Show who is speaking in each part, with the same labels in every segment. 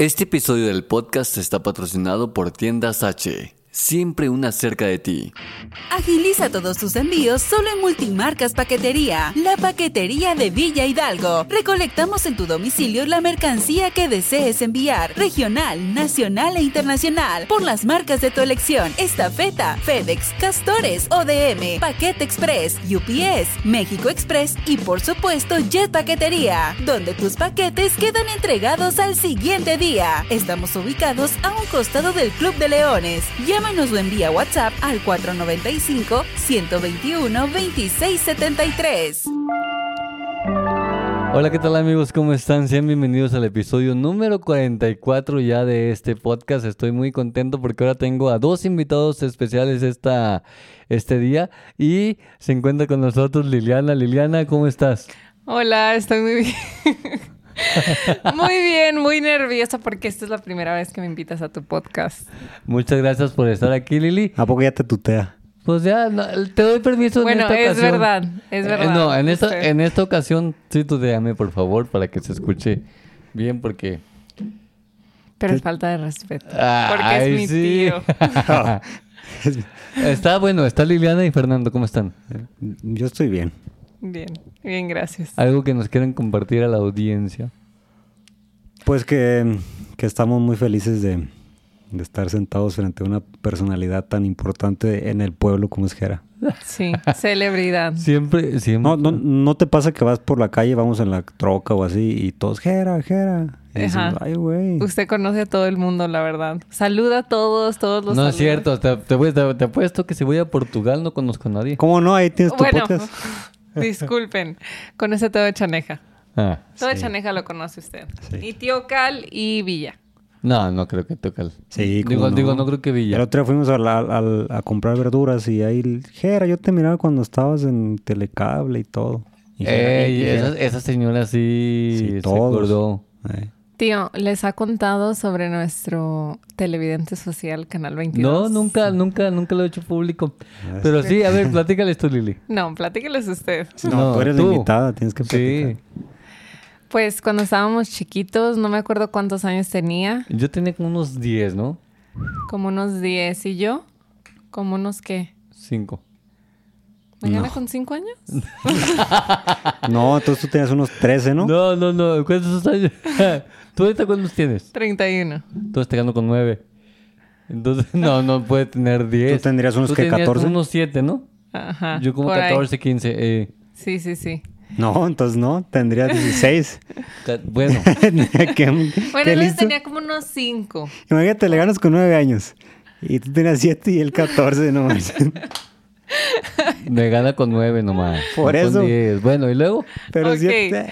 Speaker 1: Este episodio del podcast está patrocinado por Tiendas H. Siempre una cerca de ti.
Speaker 2: Agiliza todos tus envíos solo en Multimarcas Paquetería, la paquetería de Villa Hidalgo. Recolectamos en tu domicilio la mercancía que desees enviar, regional, nacional e internacional, por las marcas de tu elección: Estafeta, FedEx, Castores, ODM, Paquete Express, UPS, México Express y, por supuesto, Jet Paquetería, donde tus paquetes quedan entregados al siguiente día. Estamos ubicados a un costado del Club de Leones. Llámanos o envía WhatsApp al 495-121-2673.
Speaker 1: Hola, ¿qué tal amigos? ¿Cómo están? Sean bienvenidos al episodio número 44 ya de este podcast. Estoy muy contento porque ahora tengo a dos invitados especiales esta, este día y se encuentra con nosotros Liliana. Liliana, ¿cómo estás?
Speaker 3: Hola, estoy muy bien. muy bien, muy nerviosa porque esta es la primera vez que me invitas a tu podcast.
Speaker 1: Muchas gracias por estar aquí, Lili.
Speaker 4: ¿A poco ya te tutea?
Speaker 1: Pues ya, no, te doy permiso
Speaker 3: Bueno,
Speaker 1: en esta
Speaker 3: es
Speaker 1: ocasión.
Speaker 3: verdad, es
Speaker 1: Eh,
Speaker 3: verdad.
Speaker 1: no, en esta,
Speaker 3: Sí.
Speaker 1: en esta ocasión sí tuteame, por favor, para que se escuche bien porque...
Speaker 3: Pero es falta de respeto. porque
Speaker 1: Ah, Ay,
Speaker 3: es mi
Speaker 1: sí.
Speaker 3: tío.
Speaker 1: Está bueno, está Liliana y Fernando, ¿cómo están?
Speaker 4: Yo estoy bien.
Speaker 3: Bien, bien, gracias.
Speaker 1: Algo que nos quieran compartir a la audiencia.
Speaker 4: Pues que, que estamos muy felices de, de estar sentados frente a una personalidad tan importante en el pueblo como es Jera.
Speaker 3: Sí, celebridad.
Speaker 1: Siempre, siempre.
Speaker 4: No, no, no te pasa que vas por la calle, vamos en la troca o así, y todos, Jera, Jera. Y dices,
Speaker 3: Ajá.
Speaker 4: Ay, güey.
Speaker 3: Usted conoce a todo el mundo, la verdad. Saluda a todos, todos los
Speaker 1: No es
Speaker 3: saluda.
Speaker 1: cierto, te, te voy- te- te apuesto que si voy a Portugal no conozco a nadie.
Speaker 4: ¿Cómo no? Ahí tienes tu
Speaker 3: Bueno,
Speaker 4: podcast.
Speaker 3: disculpen. Conoce todo Chaneja.
Speaker 1: Ah,
Speaker 3: Todo Chaneja lo conoce usted.
Speaker 4: Sí.
Speaker 3: Y Tío Cal y Villa.
Speaker 1: no, no creo que tocal.
Speaker 4: Sí, cómo
Speaker 1: digo,
Speaker 4: no.
Speaker 1: digo, no creo que
Speaker 4: El
Speaker 1: Villa.
Speaker 4: otro día fuimos a, la- al- a comprar verduras y ahí, Jera, yo te miraba cuando estabas en Telecable y todo. Y Jera,
Speaker 1: Ey,
Speaker 4: y- y Jera.
Speaker 1: esa, esa señora sí,
Speaker 4: Sí,
Speaker 1: se
Speaker 4: todos.
Speaker 1: acordó.
Speaker 4: Eh.
Speaker 3: Tío, ¿les ha contado sobre nuestro televidente social, Canal 22?
Speaker 1: No, nunca, nunca, nunca lo he hecho público.
Speaker 4: Ah,
Speaker 1: Pero sí, a ver, platícales tú, Lili.
Speaker 3: No, platíqueles usted.
Speaker 4: No, tú eres la invitada, tienes que
Speaker 1: Sí,
Speaker 4: platicar.
Speaker 3: Pues cuando estábamos chiquitos, no me acuerdo cuántos años tenía,
Speaker 1: yo tenía como unos 10, ¿no?
Speaker 3: como unos 10 y yo, como unos qué,
Speaker 1: 5.
Speaker 3: mañana con 5 años.
Speaker 4: No, entonces tú tenías unos 13, ¿no?
Speaker 1: No, no, no. ¿Cuántos años? ¿Tú ahorita cuántos tienes?
Speaker 3: 31.
Speaker 1: Tú estás quedando con 9. Entonces, no, no puede tener 10.
Speaker 4: tendrías unos, ¿qué,
Speaker 1: tenías
Speaker 4: 14?
Speaker 1: unos 7, ¿no?
Speaker 3: Ajá.
Speaker 1: Yo como
Speaker 3: Ah, por ahí.
Speaker 1: 14, 15. eh,
Speaker 3: Sí, sí, sí.
Speaker 4: No, entonces no, tendrías 16.
Speaker 1: ca- bueno,
Speaker 4: ¿Qué,
Speaker 3: Bueno,
Speaker 4: qué
Speaker 3: él les
Speaker 4: listo.
Speaker 3: tenía como unos 5.
Speaker 4: Imagínate, le ganas con 9 años. Y tú tenías 7 y él 14, no manches.
Speaker 1: me gana con 9 nomás.
Speaker 4: Por
Speaker 1: no con
Speaker 4: eso.
Speaker 1: 10. Bueno, y luego.
Speaker 4: Pero
Speaker 3: Ok.
Speaker 4: 7.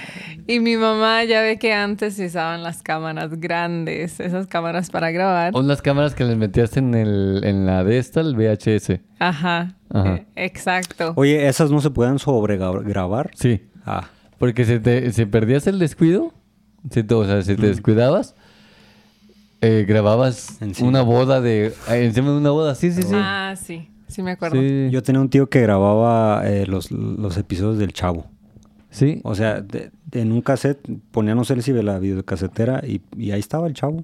Speaker 3: Y mi mamá ya ve que antes se usaban las cámaras grandes, esas cámaras para grabar.
Speaker 1: Son las cámaras que les metías en, el, en la de esta, el VHS.
Speaker 3: Ajá.
Speaker 1: Ajá.
Speaker 3: Eh, exacto.
Speaker 4: Oye, esas no se pueden sobregrabar.
Speaker 1: Sí.
Speaker 4: Ah,
Speaker 1: Porque si te si perdías el descuido, si te- o sea, si
Speaker 4: Mm.
Speaker 1: te descuidabas, eh, grababas
Speaker 4: Encima.
Speaker 1: una boda de... eh, Encima de una boda, sí, sí, sí.
Speaker 3: Ah, sí. Sí me acuerdo.
Speaker 1: Sí,
Speaker 4: yo tenía un tío que grababa eh, los, los episodios del Chavo.
Speaker 1: sí.
Speaker 4: O sea, de- de- en un cassette poníamos el ciber, la videocasetera y, y ahí estaba el Chavo.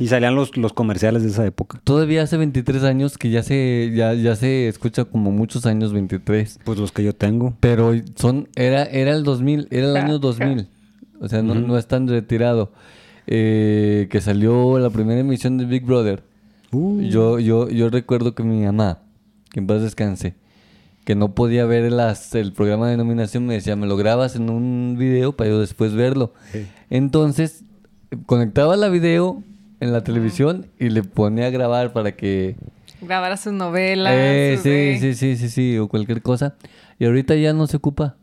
Speaker 4: Y salían los, los comerciales de esa época.
Speaker 1: Todavía hace 23 años que ya se, ya, ya se escucha como muchos años 23.
Speaker 4: Pues los que yo tengo.
Speaker 1: Pero son, era, era el 2000, era el
Speaker 3: Ja,
Speaker 1: año
Speaker 3: ja.
Speaker 1: 2000. O sea, no, no es tan retirado. Eh, que salió la primera emisión de Big Brother.
Speaker 4: Uh.
Speaker 1: Yo, yo, yo recuerdo que mi mamá, que en paz descanse, que no podía ver las, el programa de nominación, me decía, me lo grabas en un video para yo después verlo. Entonces, conectaba la video en la televisión y le ponía a grabar para que...
Speaker 3: Grabar sus novelas.
Speaker 1: Eh,
Speaker 3: sus
Speaker 1: sí,
Speaker 3: de-
Speaker 1: sí, sí, sí, sí, o cualquier cosa. Y ahorita ya no se ocupa.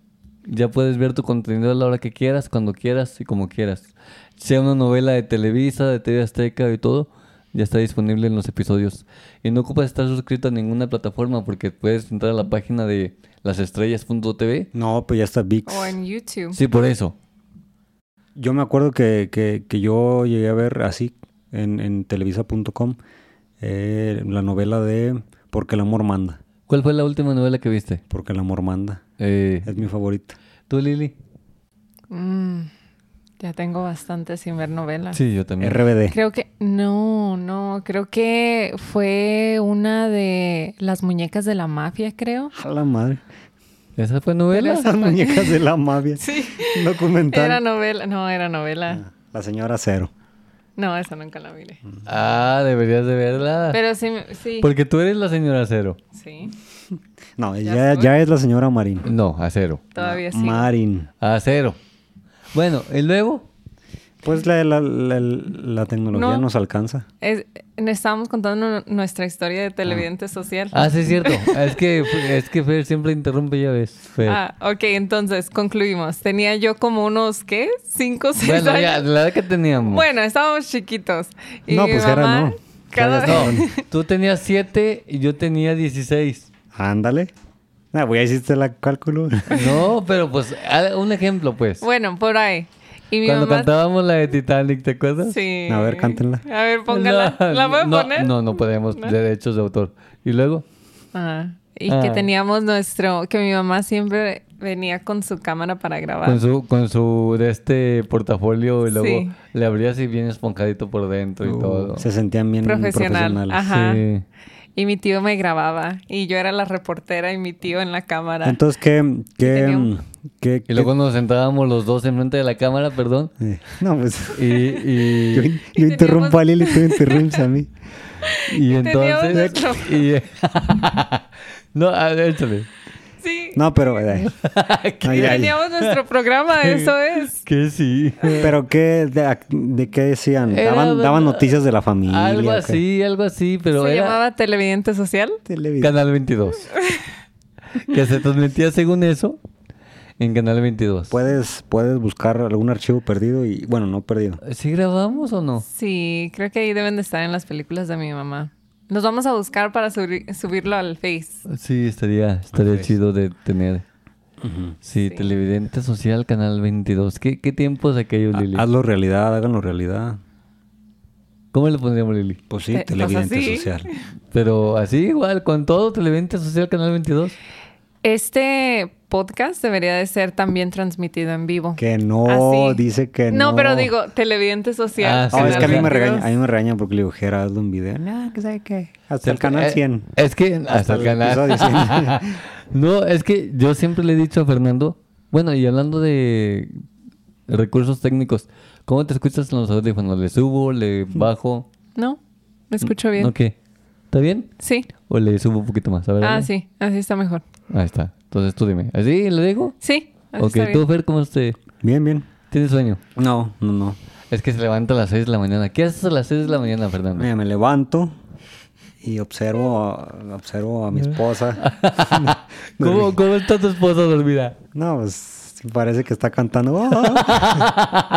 Speaker 1: Ya puedes ver tu contenido a la hora que quieras, cuando quieras y como quieras. Sea una novela de Televisa, de TV Azteca y todo, ya está disponible en los episodios. Y no ocupas estar suscrito a ninguna plataforma porque puedes entrar a la página de lasestrellas.tv.
Speaker 4: No, pues ya está VIX.
Speaker 3: O en YouTube.
Speaker 1: Sí, por eso.
Speaker 4: Yo me acuerdo que, que- que yo llegué a ver así en, en televisa.com eh, la novela de Porque el amor manda.
Speaker 1: ¿Cuál fue la última novela que viste?
Speaker 4: Porque el amor manda.
Speaker 1: Eh,
Speaker 4: Es mi favorita.
Speaker 1: ¿Tú, Lili?
Speaker 3: Mm, ya tengo bastante sin ver novelas.
Speaker 1: Sí, yo también.
Speaker 4: RBD.
Speaker 3: Creo que, no, no, creo que fue una de las muñecas de la mafia, creo.
Speaker 4: A la madre.
Speaker 1: ¿Esa fue novela?
Speaker 4: Las muñecas de la mafia.
Speaker 3: Sí.
Speaker 4: Documental.
Speaker 3: Era novela, no, era novela.
Speaker 4: La señora cero.
Speaker 3: No, esa nunca la miré.
Speaker 1: Ah, deberías de verla.
Speaker 3: Pero sí, me- sí,
Speaker 1: Porque tú eres la señora Acero.
Speaker 3: sí,
Speaker 4: No,
Speaker 3: Ya
Speaker 4: ya,
Speaker 3: fue.
Speaker 4: ya es la señora Marín.
Speaker 1: No, Acero.
Speaker 3: todavía sí.
Speaker 4: Marín.
Speaker 1: Acero. Bueno, y luego
Speaker 4: Pues la, la- la- la tecnología
Speaker 3: No.
Speaker 4: nos alcanza.
Speaker 3: Es- estábamos contando nu- nuestra historia de televidente social.
Speaker 1: Ah, sí, es cierto. es, que, pues es que Fer siempre interrumpe, ya ves. Fer.
Speaker 3: Ah, ok, entonces concluimos. Tenía yo como unos, ¿qué? ¿Cinco, seis
Speaker 1: bueno,
Speaker 3: años?
Speaker 1: ya, la edad que teníamos.
Speaker 3: Bueno, estábamos chiquitos. Y
Speaker 4: No,
Speaker 3: mi
Speaker 4: pues era
Speaker 3: mamá
Speaker 4: no.
Speaker 3: cada
Speaker 4: Cada-
Speaker 3: vez-
Speaker 1: Pues No, tú tenías 7 y yo tenía 16.
Speaker 4: Ándale. Ah, pues ya hiciste el cálculo.
Speaker 1: No, pero pues, a- un ejemplo, pues.
Speaker 3: Bueno, por ahí. Y mi
Speaker 1: Cuando
Speaker 3: mamá...
Speaker 1: cantábamos la de Titanic, ¿te acuerdas?
Speaker 3: Sí.
Speaker 4: A ver, cántenla.
Speaker 3: A ver, póngala. ¿La voy a
Speaker 1: no,
Speaker 3: poner?
Speaker 1: No, no podemos,
Speaker 3: ¿No?
Speaker 1: derechos de autor. Y luego,
Speaker 3: Ah, y
Speaker 1: Ah.
Speaker 3: que teníamos nuestro... Que mi mamá siempre venía con su cámara para grabar.
Speaker 1: con su, con su de este portafolio, y luego
Speaker 3: Sí.
Speaker 1: le abrías y bien esponjadito por dentro y todo.
Speaker 4: Se sentían bien
Speaker 3: Profesional,
Speaker 4: profesionales.
Speaker 3: ajá.
Speaker 1: Sí.
Speaker 3: Y mi tío me grababa. Y yo era la reportera y mi tío en la cámara.
Speaker 4: Entonces, ¿qué? qué,
Speaker 3: tenía un-
Speaker 4: qué-
Speaker 1: Y luego nos sentábamos los dos enfrente de la cámara, perdón.
Speaker 4: qué- eh, No, pues.
Speaker 1: Y, y-
Speaker 4: Yo, yo
Speaker 3: teníamos-
Speaker 4: interrumpo a Lili y tú interrumpes a mí.
Speaker 1: y entonces.
Speaker 3: nuestro-
Speaker 1: y- no, a ver, échale.
Speaker 3: sí.
Speaker 4: No, pero. eh,
Speaker 1: ¿Qué,
Speaker 4: ay, ay.
Speaker 3: Teníamos nuestro programa, eso es.
Speaker 1: qué sí?
Speaker 4: ¿Pero qué? ¿De, de qué decían?
Speaker 1: Era-
Speaker 4: ¿Daban,
Speaker 3: pues, eh,
Speaker 4: daban noticias de la familia?
Speaker 1: Algo
Speaker 4: o qué?
Speaker 1: así, algo así, pero
Speaker 3: Se
Speaker 1: era
Speaker 3: llamaba Televidente Social.
Speaker 4: Televisa.
Speaker 1: Canal 22. que se transmitía según eso en Canal 22.
Speaker 4: Puedes, puedes buscar algún archivo perdido y. Bueno, no perdido.
Speaker 1: ¿Sí grabamos o no?
Speaker 3: Sí, creo que ahí deben de estar en las películas de mi mamá. Nos vamos a buscar para subir- subirlo al Face.
Speaker 1: Sí, estaría, estaría chido de tener. Sí,
Speaker 3: Sí.
Speaker 1: televidente social, canal 22. ¿Qué, qué tiempos aquellos, Lili?
Speaker 4: Ha- Ah, Hazlo realidad, háganlo realidad.
Speaker 1: ¿Cómo le pondríamos, Lili?
Speaker 4: Pues sí,
Speaker 3: Eh, pues
Speaker 4: televidente
Speaker 3: así.
Speaker 4: social.
Speaker 1: Pero así igual, con todo, Televidente Social Canal 22.
Speaker 3: Este podcast debería de ser también transmitido en vivo.
Speaker 4: Que no,
Speaker 3: Así.
Speaker 4: Oh, dice que no.
Speaker 3: Ah, No, pero digo, televidente social.
Speaker 1: Ah, sí,
Speaker 4: No, es que a mí, me
Speaker 1: Canal
Speaker 4: regañan, a mí me regañan porque le digo, Jera, hazlo un video. No, Ah, que sabe qué. Hasta el canal 100.
Speaker 1: Eh, es que hasta,
Speaker 4: Hasta
Speaker 1: el
Speaker 4: el
Speaker 1: canal.
Speaker 4: episodio
Speaker 1: no, es que yo siempre le he dicho a Fernando, bueno, y hablando de recursos técnicos, ¿cómo te escuchas en los audífonos? ¿Le subo, le bajo?
Speaker 3: No, me escucho bien.
Speaker 1: ¿No qué? ¿Está bien?
Speaker 3: Sí.
Speaker 1: ¿O le subo un poquito más? A ver, a
Speaker 3: Ah,
Speaker 1: ver.
Speaker 3: sí, así está mejor.
Speaker 1: Ahí está. Entonces tú dime. ¿Así le digo?
Speaker 3: Sí, así
Speaker 1: ok,
Speaker 3: está bien.
Speaker 1: tú, Fer, ¿cómo te
Speaker 4: Bien, bien.
Speaker 1: ¿Tienes sueño?
Speaker 4: No, no, no.
Speaker 1: Es que se levanta a las 6 de la mañana. ¿Qué haces a las 6 de la mañana, Fernando?
Speaker 4: Mira, me levanto y observo a, observo a mi esposa.
Speaker 1: ¿Cómo, ¿Cómo está tu esposa dormida?
Speaker 4: No, pues parece que está cantando. "Oh".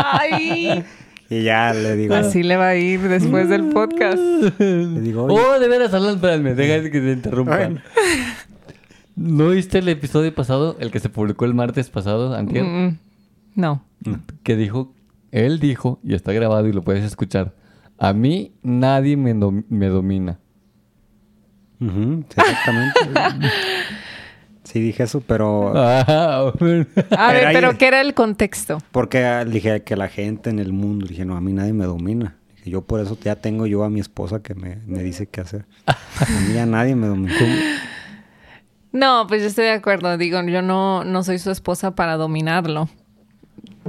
Speaker 3: Ay,
Speaker 4: y ya le digo,
Speaker 3: así le va a ir después
Speaker 4: Mm.
Speaker 3: del podcast.
Speaker 4: le digo, "Oye,
Speaker 1: Oh, de veras, Alan, espérame, déjame que te interrumpa.
Speaker 4: Bueno.
Speaker 1: ¿No viste el episodio pasado, el que se publicó el martes pasado, antier?
Speaker 3: Mm, no.
Speaker 1: Que dijo, él dijo, y está grabado y lo puedes escuchar, a mí nadie me, dom- me domina.
Speaker 4: ujú, sí, exactamente. sí, dije eso, pero
Speaker 1: Ah, bueno.
Speaker 3: A
Speaker 4: Pero
Speaker 3: ver,
Speaker 4: ahí-
Speaker 3: pero ¿qué era el contexto?
Speaker 4: porque dije que la gente en el mundo, dije, no, a mí nadie me domina. Dije, yo por eso ya tengo yo a mi esposa que me, me dice qué hacer. A mí ya nadie me domina.
Speaker 3: No, pues yo estoy de acuerdo. Digo, yo no, no soy su esposa para dominarlo.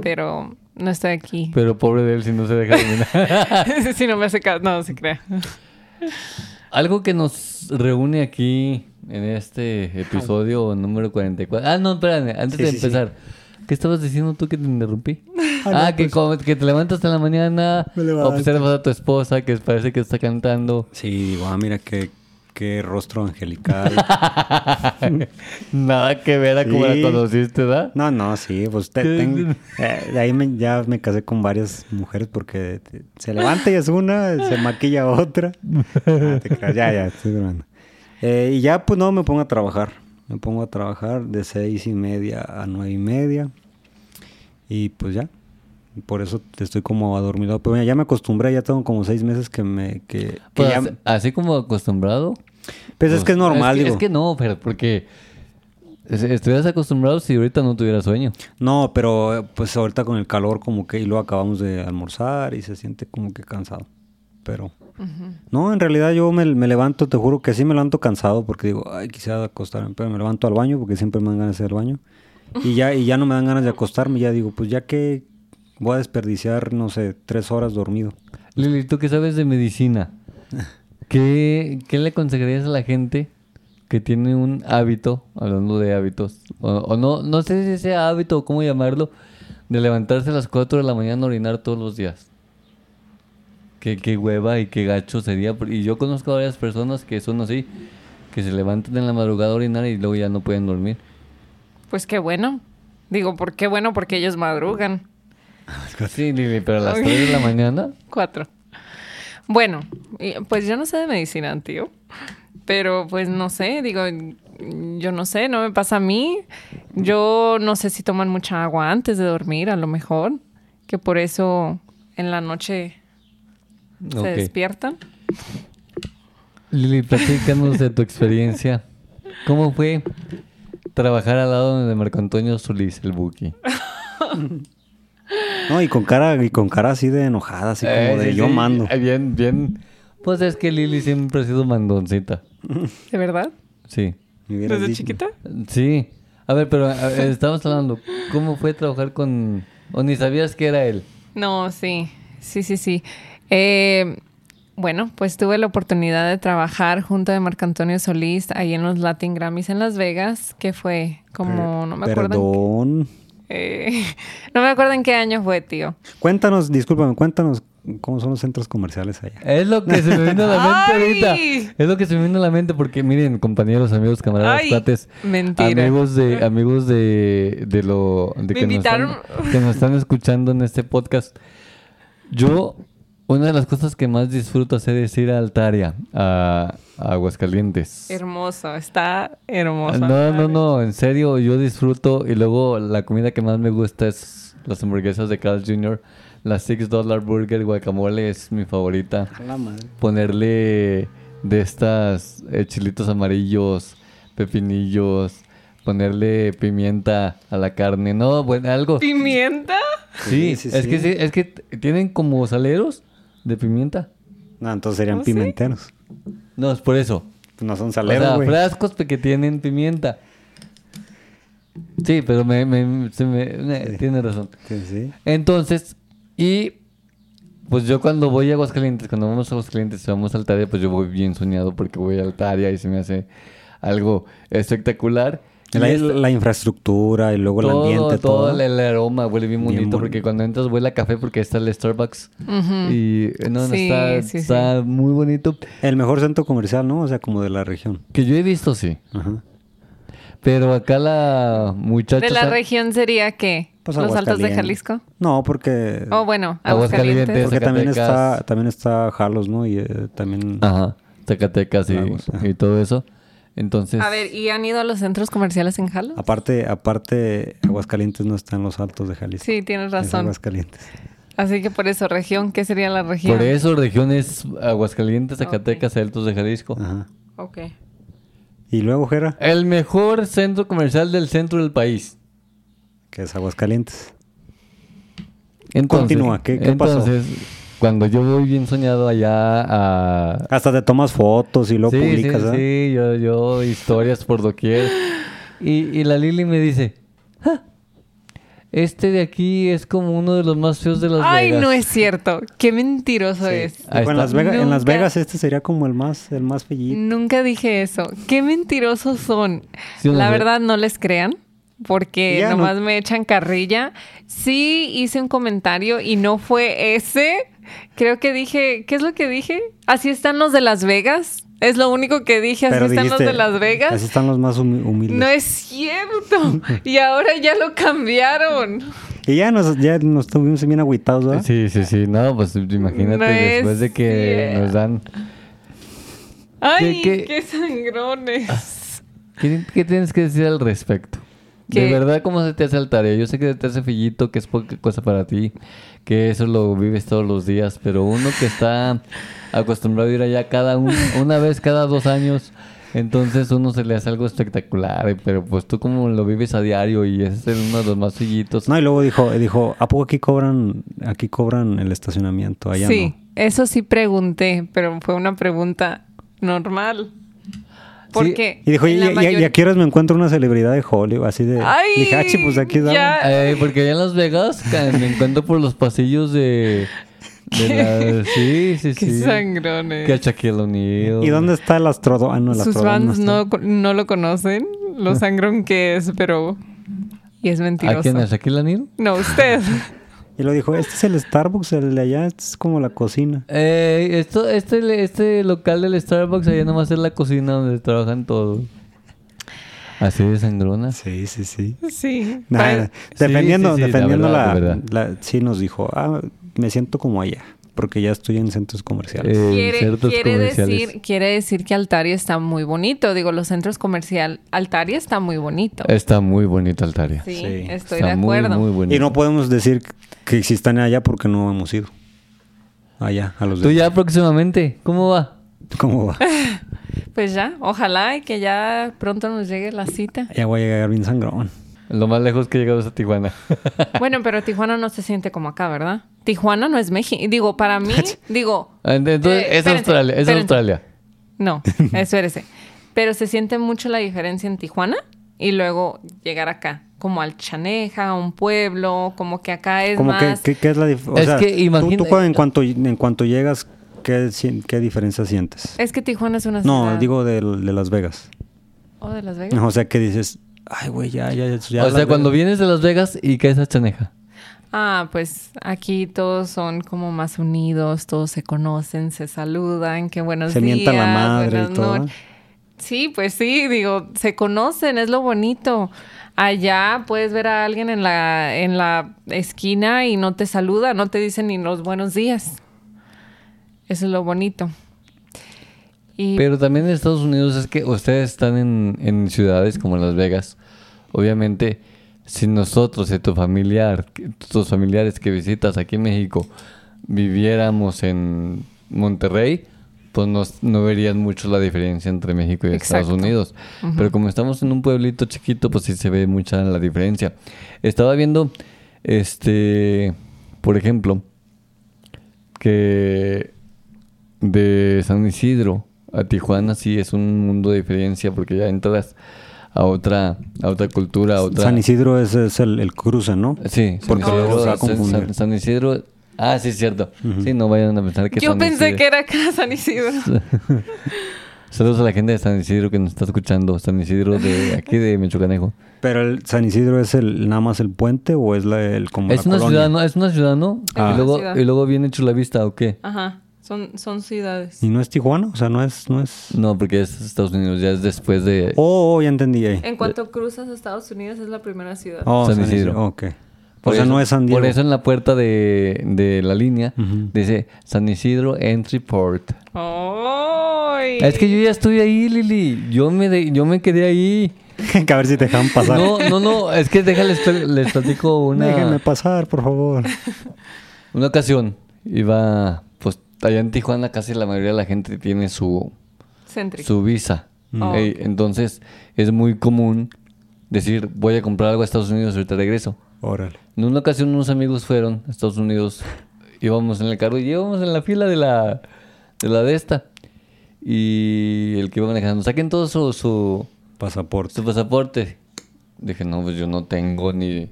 Speaker 3: Pero no estoy aquí.
Speaker 1: Pero pobre de él si no se deja dominar.
Speaker 3: si no me hace caso, no se crea.
Speaker 1: Algo que nos reúne aquí en este episodio número 44. Ah, no, espérame, antes
Speaker 4: Sí,
Speaker 1: de
Speaker 4: sí, sí.
Speaker 1: empezar. ¿Qué estabas diciendo tú que te interrumpí? Ah,
Speaker 4: Ah, no,
Speaker 1: que,
Speaker 4: pues-
Speaker 1: como- que te levantas en la mañana,
Speaker 4: Me levanto.
Speaker 1: observas a tu esposa que parece que está cantando.
Speaker 4: Sí, digo, ah, mira, qué, que rostro angelical.
Speaker 1: Nada que ver a cómo
Speaker 4: Sí.
Speaker 1: la conociste, ¿verdad?
Speaker 4: No, no, sí, pues te- ten- eh, de ahí me- ya me casé con varias mujeres porque te- se levanta y es una, se maquilla otra. Ah, te creas, ya, ya, estoy bromeando. Eh, y ya, pues no, me pongo a trabajar. Me pongo a trabajar de seis y media a nueve y media. Y pues ya. Por eso te estoy como adormilado. Pero mira, ya me acostumbré, ya tengo como seis meses que me. Que, que
Speaker 1: Pues,
Speaker 4: ya-
Speaker 1: así, así como acostumbrado.
Speaker 4: pues es que es normal,
Speaker 1: Es que,
Speaker 4: digo.
Speaker 1: es que no, pero porque es- estuvieras acostumbrado si ahorita no tuvieras sueño.
Speaker 4: No, pero eh, pues ahorita con el calor como que y luego acabamos de almorzar y se siente como que cansado. Pero no, en realidad yo me, me levanto, te juro que sí me levanto cansado porque digo, ay, quisiera acostarme, pero me levanto al baño porque siempre me dan ganas de ir al baño. Y ya, y ya no me dan ganas de acostarme, ya digo, pues ya que voy a desperdiciar, no sé, tres horas dormido.
Speaker 1: Lili, ¿tú qué sabes de medicina? ¿Qué, qué le aconsejarías a la gente que tiene un hábito, hablando de hábitos, o, o no, no sé si sea hábito o cómo llamarlo, de levantarse a las 4 de la mañana a orinar todos los días? Qué, qué hueva y qué gacho sería. por- Y yo conozco a varias personas que son así, que se levantan en la madrugada a orinar y luego ya no pueden dormir.
Speaker 3: Pues qué bueno. Digo, ¿por qué bueno? Porque ellos madrugan.
Speaker 1: Sí, Lili, pero a las 3 de la mañana.
Speaker 3: Cuatro. Bueno, y- pues yo no sé de medicina, tío. Pero pues no sé, digo, yo no sé, no me pasa a mí. Yo no sé si toman mucha agua antes de dormir, a lo mejor. Que por eso en la noche se
Speaker 1: ok.
Speaker 3: despiertan.
Speaker 1: Lili, platícanos de tu experiencia. ¿Cómo fue trabajar al lado de Marco Antonio Solís, el Buki?
Speaker 4: No, y con cara, y con cara así de enojada, así como
Speaker 1: Eh,
Speaker 4: de
Speaker 1: sí,
Speaker 4: yo
Speaker 1: sí,
Speaker 4: mando.
Speaker 1: eh, Bien, bien. Pues es que Lili siempre ha sido mandoncita.
Speaker 3: ¿De verdad?
Speaker 1: Sí.
Speaker 4: Me hubieras
Speaker 3: ¿Desde
Speaker 4: dicho.
Speaker 3: chiquita?
Speaker 1: Sí. A ver, pero a- eh, estamos hablando. ¿Cómo fue trabajar con... o ni sabías que era él?
Speaker 3: No, sí, sí, sí, sí. Eh, bueno, pues tuve la oportunidad de trabajar junto de Marco Antonio Solís ahí en los Latin Grammys en Las Vegas, que fue como, no me acuerdo. en
Speaker 4: Perdón.
Speaker 3: qué- eh, no me acuerdo en qué año fue, tío.
Speaker 4: Cuéntanos, discúlpame, cuéntanos cómo son los centros comerciales allá.
Speaker 1: Es lo que se me vino a la mente
Speaker 3: ¡Ay!
Speaker 1: ahorita. Es lo que se me vino a la mente porque miren, compañeros, amigos, camaradas,
Speaker 3: ¡Ay!
Speaker 1: plates,
Speaker 3: Mentira.
Speaker 1: amigos de amigos de, de lo de
Speaker 3: Me
Speaker 1: que, nos están,
Speaker 3: invitaron.
Speaker 1: que nos están escuchando en este podcast. Yo una de las cosas que más disfruto hacer es ir a Altaria, a, a Aguascalientes.
Speaker 3: Hermoso, está
Speaker 1: Ah,
Speaker 3: hermoso.
Speaker 1: No, no, no, en serio, yo disfruto y luego la comida que más me gusta es las hamburguesas de Carl Jr., la Six Dollar Burger Guacamole es mi favorita
Speaker 4: la madre.
Speaker 1: ponerle de estas eh, chilitos amarillos, pepinillos, ponerle pimienta a la carne, no, bueno, algo.
Speaker 3: ¿Pimienta?
Speaker 1: Sí,
Speaker 4: Sí, sí,
Speaker 1: es
Speaker 4: sí.
Speaker 1: que sí, es que t- tienen como saleros de pimienta.
Speaker 4: No, entonces serían
Speaker 3: ¿Oh, sí?
Speaker 4: pimenteros. Pues
Speaker 1: No, es por eso.
Speaker 4: No son
Speaker 1: O
Speaker 4: saleros,
Speaker 1: sea,
Speaker 4: güey.
Speaker 1: frascos pe- que tienen pimienta. Sí, pero me, me- se me- me- tiene razón.
Speaker 4: Sí, sí.
Speaker 1: Entonces, y pues yo cuando voy a Aguascalientes, cuando vamos a Aguascalientes, vamos a Altaria, pues yo voy bien soñado porque voy a Altaria y se me hace algo espectacular. Y
Speaker 4: La,
Speaker 1: es
Speaker 4: la infraestructura y luego
Speaker 1: todo,
Speaker 4: el ambiente, todo.
Speaker 1: todo el aroma huele bien
Speaker 4: Bien
Speaker 1: bonito
Speaker 4: boni-
Speaker 1: porque cuando entras huele a café porque está el Starbucks y eh, no, no,
Speaker 3: Sí,
Speaker 1: está,
Speaker 3: sí, sí.
Speaker 1: está muy bonito.
Speaker 4: El mejor centro comercial, ¿no? O sea, como de la región.
Speaker 1: Que yo he visto, sí.
Speaker 4: Ajá.
Speaker 1: Pero acá la muchacha...
Speaker 3: ¿De la
Speaker 1: sa-
Speaker 3: región sería qué?
Speaker 4: Pues
Speaker 3: ¿Los Altos de
Speaker 4: Aguascalientes.
Speaker 3: Jalisco?
Speaker 4: No, porque...
Speaker 3: Oh, bueno,
Speaker 1: Aguascalientes.
Speaker 3: Aguascalientes.
Speaker 4: porque también
Speaker 1: Zacatecas. Ah.
Speaker 4: está, también está Jalos, ¿no? Y eh, también...
Speaker 1: Ajá, Zacatecas y,
Speaker 4: Lagos, ajá.
Speaker 1: y todo eso. Entonces...
Speaker 3: A ver, ¿y han ido a los centros comerciales en Jalo?
Speaker 4: Aparte, aparte, Aguascalientes no está en los altos de Jalisco.
Speaker 3: Sí, tienes
Speaker 4: Es
Speaker 3: razón.
Speaker 4: Aguascalientes.
Speaker 3: Así que por eso, región, ¿qué Ah, sería la región?
Speaker 1: Por eso, regiones Aguascalientes, Zacatecas, Altos de Jalisco.
Speaker 4: Ajá.
Speaker 3: Ok.
Speaker 4: Y luego, Jera,
Speaker 1: El mejor centro comercial del centro del país.
Speaker 4: que es Aguascalientes.
Speaker 1: Entonces,
Speaker 4: Continúa, ¿qué- qué pasó?
Speaker 1: entonces, cuando yo voy bien soñado allá a...
Speaker 4: Hasta te tomas fotos y lo
Speaker 1: sí,
Speaker 4: publicas,
Speaker 1: sí,
Speaker 4: ¿ah?
Speaker 1: sí, yo, yo historias por doquier. Y, y la Lili me dice, "Ja, este de aquí es como uno de los más feos de Las
Speaker 3: Ay,
Speaker 1: Vegas".
Speaker 3: no es cierto. Qué mentiroso es.
Speaker 1: Ahí
Speaker 4: Bueno,
Speaker 1: está.
Speaker 4: en Las Vegas, en Las
Speaker 3: Nunca-
Speaker 4: Vegas este sería como el más, el más fellito.
Speaker 3: Nunca dije eso. Qué mentirosos son.
Speaker 1: Sí, no
Speaker 3: La
Speaker 1: sé.
Speaker 3: verdad no les crean porque
Speaker 4: Ya, no-
Speaker 3: nomás me echan carrilla. Sí hice un comentario y no fue ese. Creo que dije, ¿qué es lo que dije? Así están los de Las Vegas. Es lo único que dije, así
Speaker 4: Pero
Speaker 3: están
Speaker 4: dijiste,
Speaker 3: los de Las Vegas.
Speaker 4: Así están los más humi- humildes.
Speaker 3: No es cierto. Y ahora ya lo cambiaron.
Speaker 4: Y ya nos, ya nos estuvimos bien agüitados, ¿verdad?
Speaker 1: Sí, sí, sí. No, pues imagínate
Speaker 3: No es
Speaker 1: después de que
Speaker 3: cierto.
Speaker 1: nos dan.
Speaker 3: Ay,
Speaker 1: qué-
Speaker 3: qué, sangrones.
Speaker 1: ¿Qué, qué tienes que decir al respecto? De
Speaker 3: ¿Qué?
Speaker 1: verdad, ¿cómo se te hace el tarea? Yo sé que te hace fillito, que es poca cosa para ti, que eso lo vives todos los días, pero uno que está acostumbrado a ir allá cada un- una vez cada dos años, entonces uno se le hace algo espectacular, eh, pero pues tú como lo vives a diario y es el uno de los más fillitos.
Speaker 4: No, y luego dijo, dijo, ¿a poco aquí cobran, aquí cobran el estacionamiento? Allá
Speaker 3: Sí, eso sí pregunté, pero fue una pregunta normal.
Speaker 1: Sí,
Speaker 3: Porque
Speaker 4: no. Y dijo,
Speaker 3: en
Speaker 4: ¿y,
Speaker 3: la
Speaker 4: ya
Speaker 3: mayoría-
Speaker 4: a qué horas me encuentro una celebridad de Hollywood? Así de,
Speaker 3: Ay,
Speaker 4: dije, ah, chi, pues aquí
Speaker 3: ya.
Speaker 4: dame".
Speaker 1: Eh, porque allá en Las Vegas ca- me encuentro por los pasillos de... de la- sí, sí,
Speaker 3: qué
Speaker 1: sí.
Speaker 3: sangrones.
Speaker 1: Que a Shaquille O'Neal.
Speaker 4: ¿Y dónde está el astrodo? Ah, no, el
Speaker 3: Sus
Speaker 4: Astrodome
Speaker 3: fans
Speaker 4: está.
Speaker 3: no, no lo conocen, lo sangrón que es, pero... Y es
Speaker 1: ¿A quién? ¿A
Speaker 3: mentiroso.
Speaker 1: Shaquille O'Neal?
Speaker 3: No, usted.
Speaker 4: Y lo dijo, este es el Starbucks, el de allá este es como la cocina.
Speaker 1: Eh, esto, este, este local del Starbucks allá nomás es la cocina donde trabajan todos. Así de sangrona.
Speaker 4: Sí, sí, sí.
Speaker 3: Sí.
Speaker 4: Nada,
Speaker 3: Pare-
Speaker 4: dependiendo,
Speaker 1: sí, sí, la
Speaker 4: dependiendo la,
Speaker 1: verdad, la
Speaker 4: la- Sí nos dijo, ah, me siento como allá, porque ya estoy en centros comerciales.
Speaker 1: Eh,
Speaker 3: Quiere,
Speaker 1: ciertos
Speaker 3: quiere
Speaker 1: comerciales.
Speaker 3: decir, quiere decir que Altaria está muy bonito. Digo, los centros comerciales, Altaria está muy bonito.
Speaker 1: Está muy bonito Altaria.
Speaker 3: sí,
Speaker 4: sí,
Speaker 3: estoy
Speaker 1: Eh, Está
Speaker 3: de
Speaker 1: muy,
Speaker 3: acuerdo.
Speaker 1: muy bonito.
Speaker 4: Y no podemos decir que existan allá porque no hemos ido. Allá, a los
Speaker 1: Tú
Speaker 4: pues, de...
Speaker 1: ya próximamente, ¿cómo va?
Speaker 4: ¿Cómo va?
Speaker 3: Pues ya, ojalá y que ya pronto nos llegue la cita.
Speaker 4: Ya voy a llegar bien sangrón.
Speaker 1: Lo más lejos que he llegado es a Tijuana.
Speaker 3: Bueno, pero Tijuana no se siente como acá, ¿verdad? Tijuana no es México. Digo, para mí, digo,
Speaker 1: Entonces,
Speaker 3: Eh,
Speaker 1: es
Speaker 3: espérense,
Speaker 1: Australia, es
Speaker 3: espérense.
Speaker 1: Australia.
Speaker 3: no, espérese. Pero se siente mucho la diferencia en Tijuana y luego llegar acá, como al Chaneja, a un pueblo, como que acá es
Speaker 4: Como que,
Speaker 3: más...
Speaker 4: ¿qué, qué es la diferencia?
Speaker 1: Es que imagina-
Speaker 4: Tú, cuando- en, cuanto, en cuanto llegas, ¿qué, sien- qué diferencia sientes?
Speaker 3: Es que Tijuana es una ciudad...
Speaker 4: No, digo de, de Las Vegas.
Speaker 3: ¿O de Las Vegas?
Speaker 4: O sea, que dices, ay, güey, ya, ya, ya. ya
Speaker 1: o
Speaker 4: Las
Speaker 1: sea, cuando
Speaker 4: Vegas".
Speaker 1: vienes de Las Vegas y caes a Chaneja.
Speaker 3: Ah, pues aquí todos son como más unidos, todos se conocen, se saludan, qué buenos
Speaker 4: Se
Speaker 3: días.
Speaker 4: mienta la madre y
Speaker 3: buenas
Speaker 4: todo.
Speaker 3: noches. Sí, pues sí, digo, se conocen, es lo bonito. Allá puedes ver a alguien en la, en la esquina y no te saluda, no te dicen ni los buenos días. Eso es lo bonito. Y
Speaker 1: Pero también en Estados Unidos es que ustedes están en, en ciudades como Las Vegas. Obviamente, si nosotros y tu familiar, tus familiares que visitas aquí en México viviéramos en Monterrey, pues nos- no verías mucho la diferencia entre México y Estados
Speaker 3: Exacto.
Speaker 1: Unidos. Pero como estamos en un pueblito chiquito, pues sí se ve mucha la diferencia. Estaba viendo, este, por ejemplo, que de San Isidro a Tijuana sí es un mundo de diferencia porque ya entras a otra a otra cultura, a otra
Speaker 4: San Isidro es, es el, el cruce, ¿no?
Speaker 1: Sí, San
Speaker 4: Porque
Speaker 1: Isidro,
Speaker 4: luego se va a
Speaker 1: San-
Speaker 4: confundir.
Speaker 1: San, San Isidro. Ah, sí es cierto. Sí, no vayan a pensar que
Speaker 3: yo
Speaker 1: San
Speaker 3: pensé
Speaker 1: Isidro-
Speaker 3: que era acá San Isidro.
Speaker 1: Saludos a la gente de San Isidro que nos está escuchando, San Isidro de aquí de Michoacanejo.
Speaker 4: Pero el San Isidro es el nada más el puente o es la, el como
Speaker 1: Es
Speaker 4: la
Speaker 1: una
Speaker 4: colonia?
Speaker 1: ciudad, ¿no? Es una ciudad, ¿no?
Speaker 3: Ah.
Speaker 1: Y luego
Speaker 3: Ciudad.
Speaker 1: y luego viene Chulavista o qué?
Speaker 3: Ajá, son, son ciudades.
Speaker 1: Mm.
Speaker 4: ¿Y no es Tijuana? O sea, no es, no es.
Speaker 1: No, porque es Estados Unidos, ya es después de
Speaker 4: Oh, oh, ya entendí ahí.
Speaker 3: En cuanto cruzas a Estados Unidos es la primera ciudad.
Speaker 4: Oh,
Speaker 1: San Isidro.
Speaker 4: Ok.
Speaker 1: Por
Speaker 4: o sea,
Speaker 1: eso-
Speaker 4: no es San Diego.
Speaker 1: Por eso en la puerta de, de la línea dice San Isidro Entry Port.
Speaker 3: ¡Ay!
Speaker 1: Oh. Es que yo ya estuve ahí, Lili. Yo me, de- yo me quedé ahí.
Speaker 4: que a ver si te dejan pasar.
Speaker 1: No, no, no. Es que déjales, pl- les platico
Speaker 4: Déjenme
Speaker 1: una,
Speaker 4: pasar, por favor.
Speaker 1: una ocasión. Iba, pues allá en Tijuana casi la mayoría de la gente tiene su,
Speaker 3: Céntrica.
Speaker 1: su visa.
Speaker 4: Mm.
Speaker 3: Ah,
Speaker 1: Ey, entonces es muy común decir voy a comprar algo a Estados Unidos y te regreso.
Speaker 4: Órale.
Speaker 1: En una ocasión unos amigos fueron a Estados Unidos, íbamos en el carro y íbamos en la fila de la de, la de esta. Y el que iba manejando, saquen todo su, su,
Speaker 4: Pasaporte.
Speaker 1: su pasaporte. Dije, no, pues yo no tengo ni,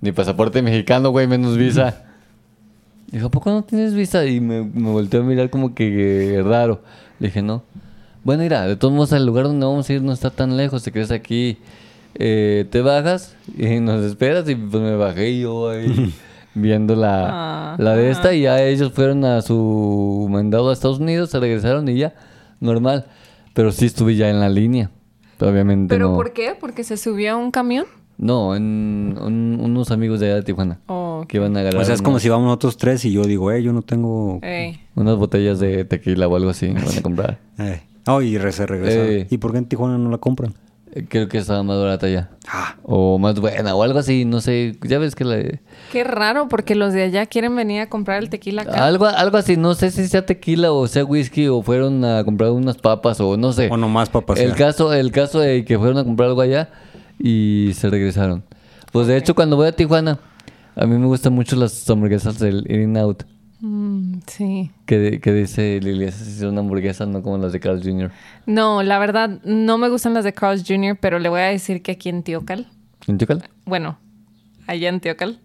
Speaker 1: ni pasaporte mexicano, güey, menos visa. Dijo, ¿a poco no tienes visa? Y me, me volteó a mirar como que eh, raro. Le dije, no. Bueno, mira, de todos modos, el lugar donde vamos a ir no está tan lejos. Te crees aquí, eh, te bajas y nos esperas. Y pues me bajé yo ahí viendo la,
Speaker 3: Ah,
Speaker 1: la de esta. Y ya ellos fueron a su mandado a Estados Unidos, se regresaron y ya. normal. Pero sí estuve ya en la línea. Obviamente
Speaker 3: ¿Pero
Speaker 1: no.
Speaker 3: por qué? ¿Porque se subió a un camión?
Speaker 1: No, en un- unos amigos de allá de Tijuana.
Speaker 3: Oh,
Speaker 1: Que iban a agarrar
Speaker 4: O sea, es como
Speaker 1: unas,
Speaker 4: si vamos nosotros tres y yo digo, eh, yo no tengo...
Speaker 3: Ey.
Speaker 1: unas botellas de tequila o algo así. Van a comprar.
Speaker 4: Eh. Oh, y re- se regresaron.
Speaker 1: Eh.
Speaker 4: ¿Y por qué en Tijuana no la compran?
Speaker 1: Eh, Creo que estaba más barata ya.
Speaker 4: Ah.
Speaker 1: O más buena o algo así. No sé. Ya ves que la...
Speaker 3: Qué raro, porque los de allá quieren venir a comprar el tequila acá.
Speaker 1: Algo, algo así, no sé si sea tequila o sea whisky o fueron a comprar unas papas o no sé.
Speaker 4: O pues nomás para pasear.
Speaker 1: El caso, el caso de que fueron a comprar algo allá y se regresaron. Pues de hecho cuando voy a Tijuana, a mí me gustan mucho las hamburguesas del In n Out.
Speaker 3: Mm, sí.
Speaker 1: Que, que dice Lili, esas sí son hamburguesas, no como las de Carl Jr.
Speaker 3: No, la verdad, no me gustan las de Carl's Jr., pero le voy a decir que aquí en Teocal,
Speaker 1: ¿En Tucal?
Speaker 3: bueno, allá en Teocal,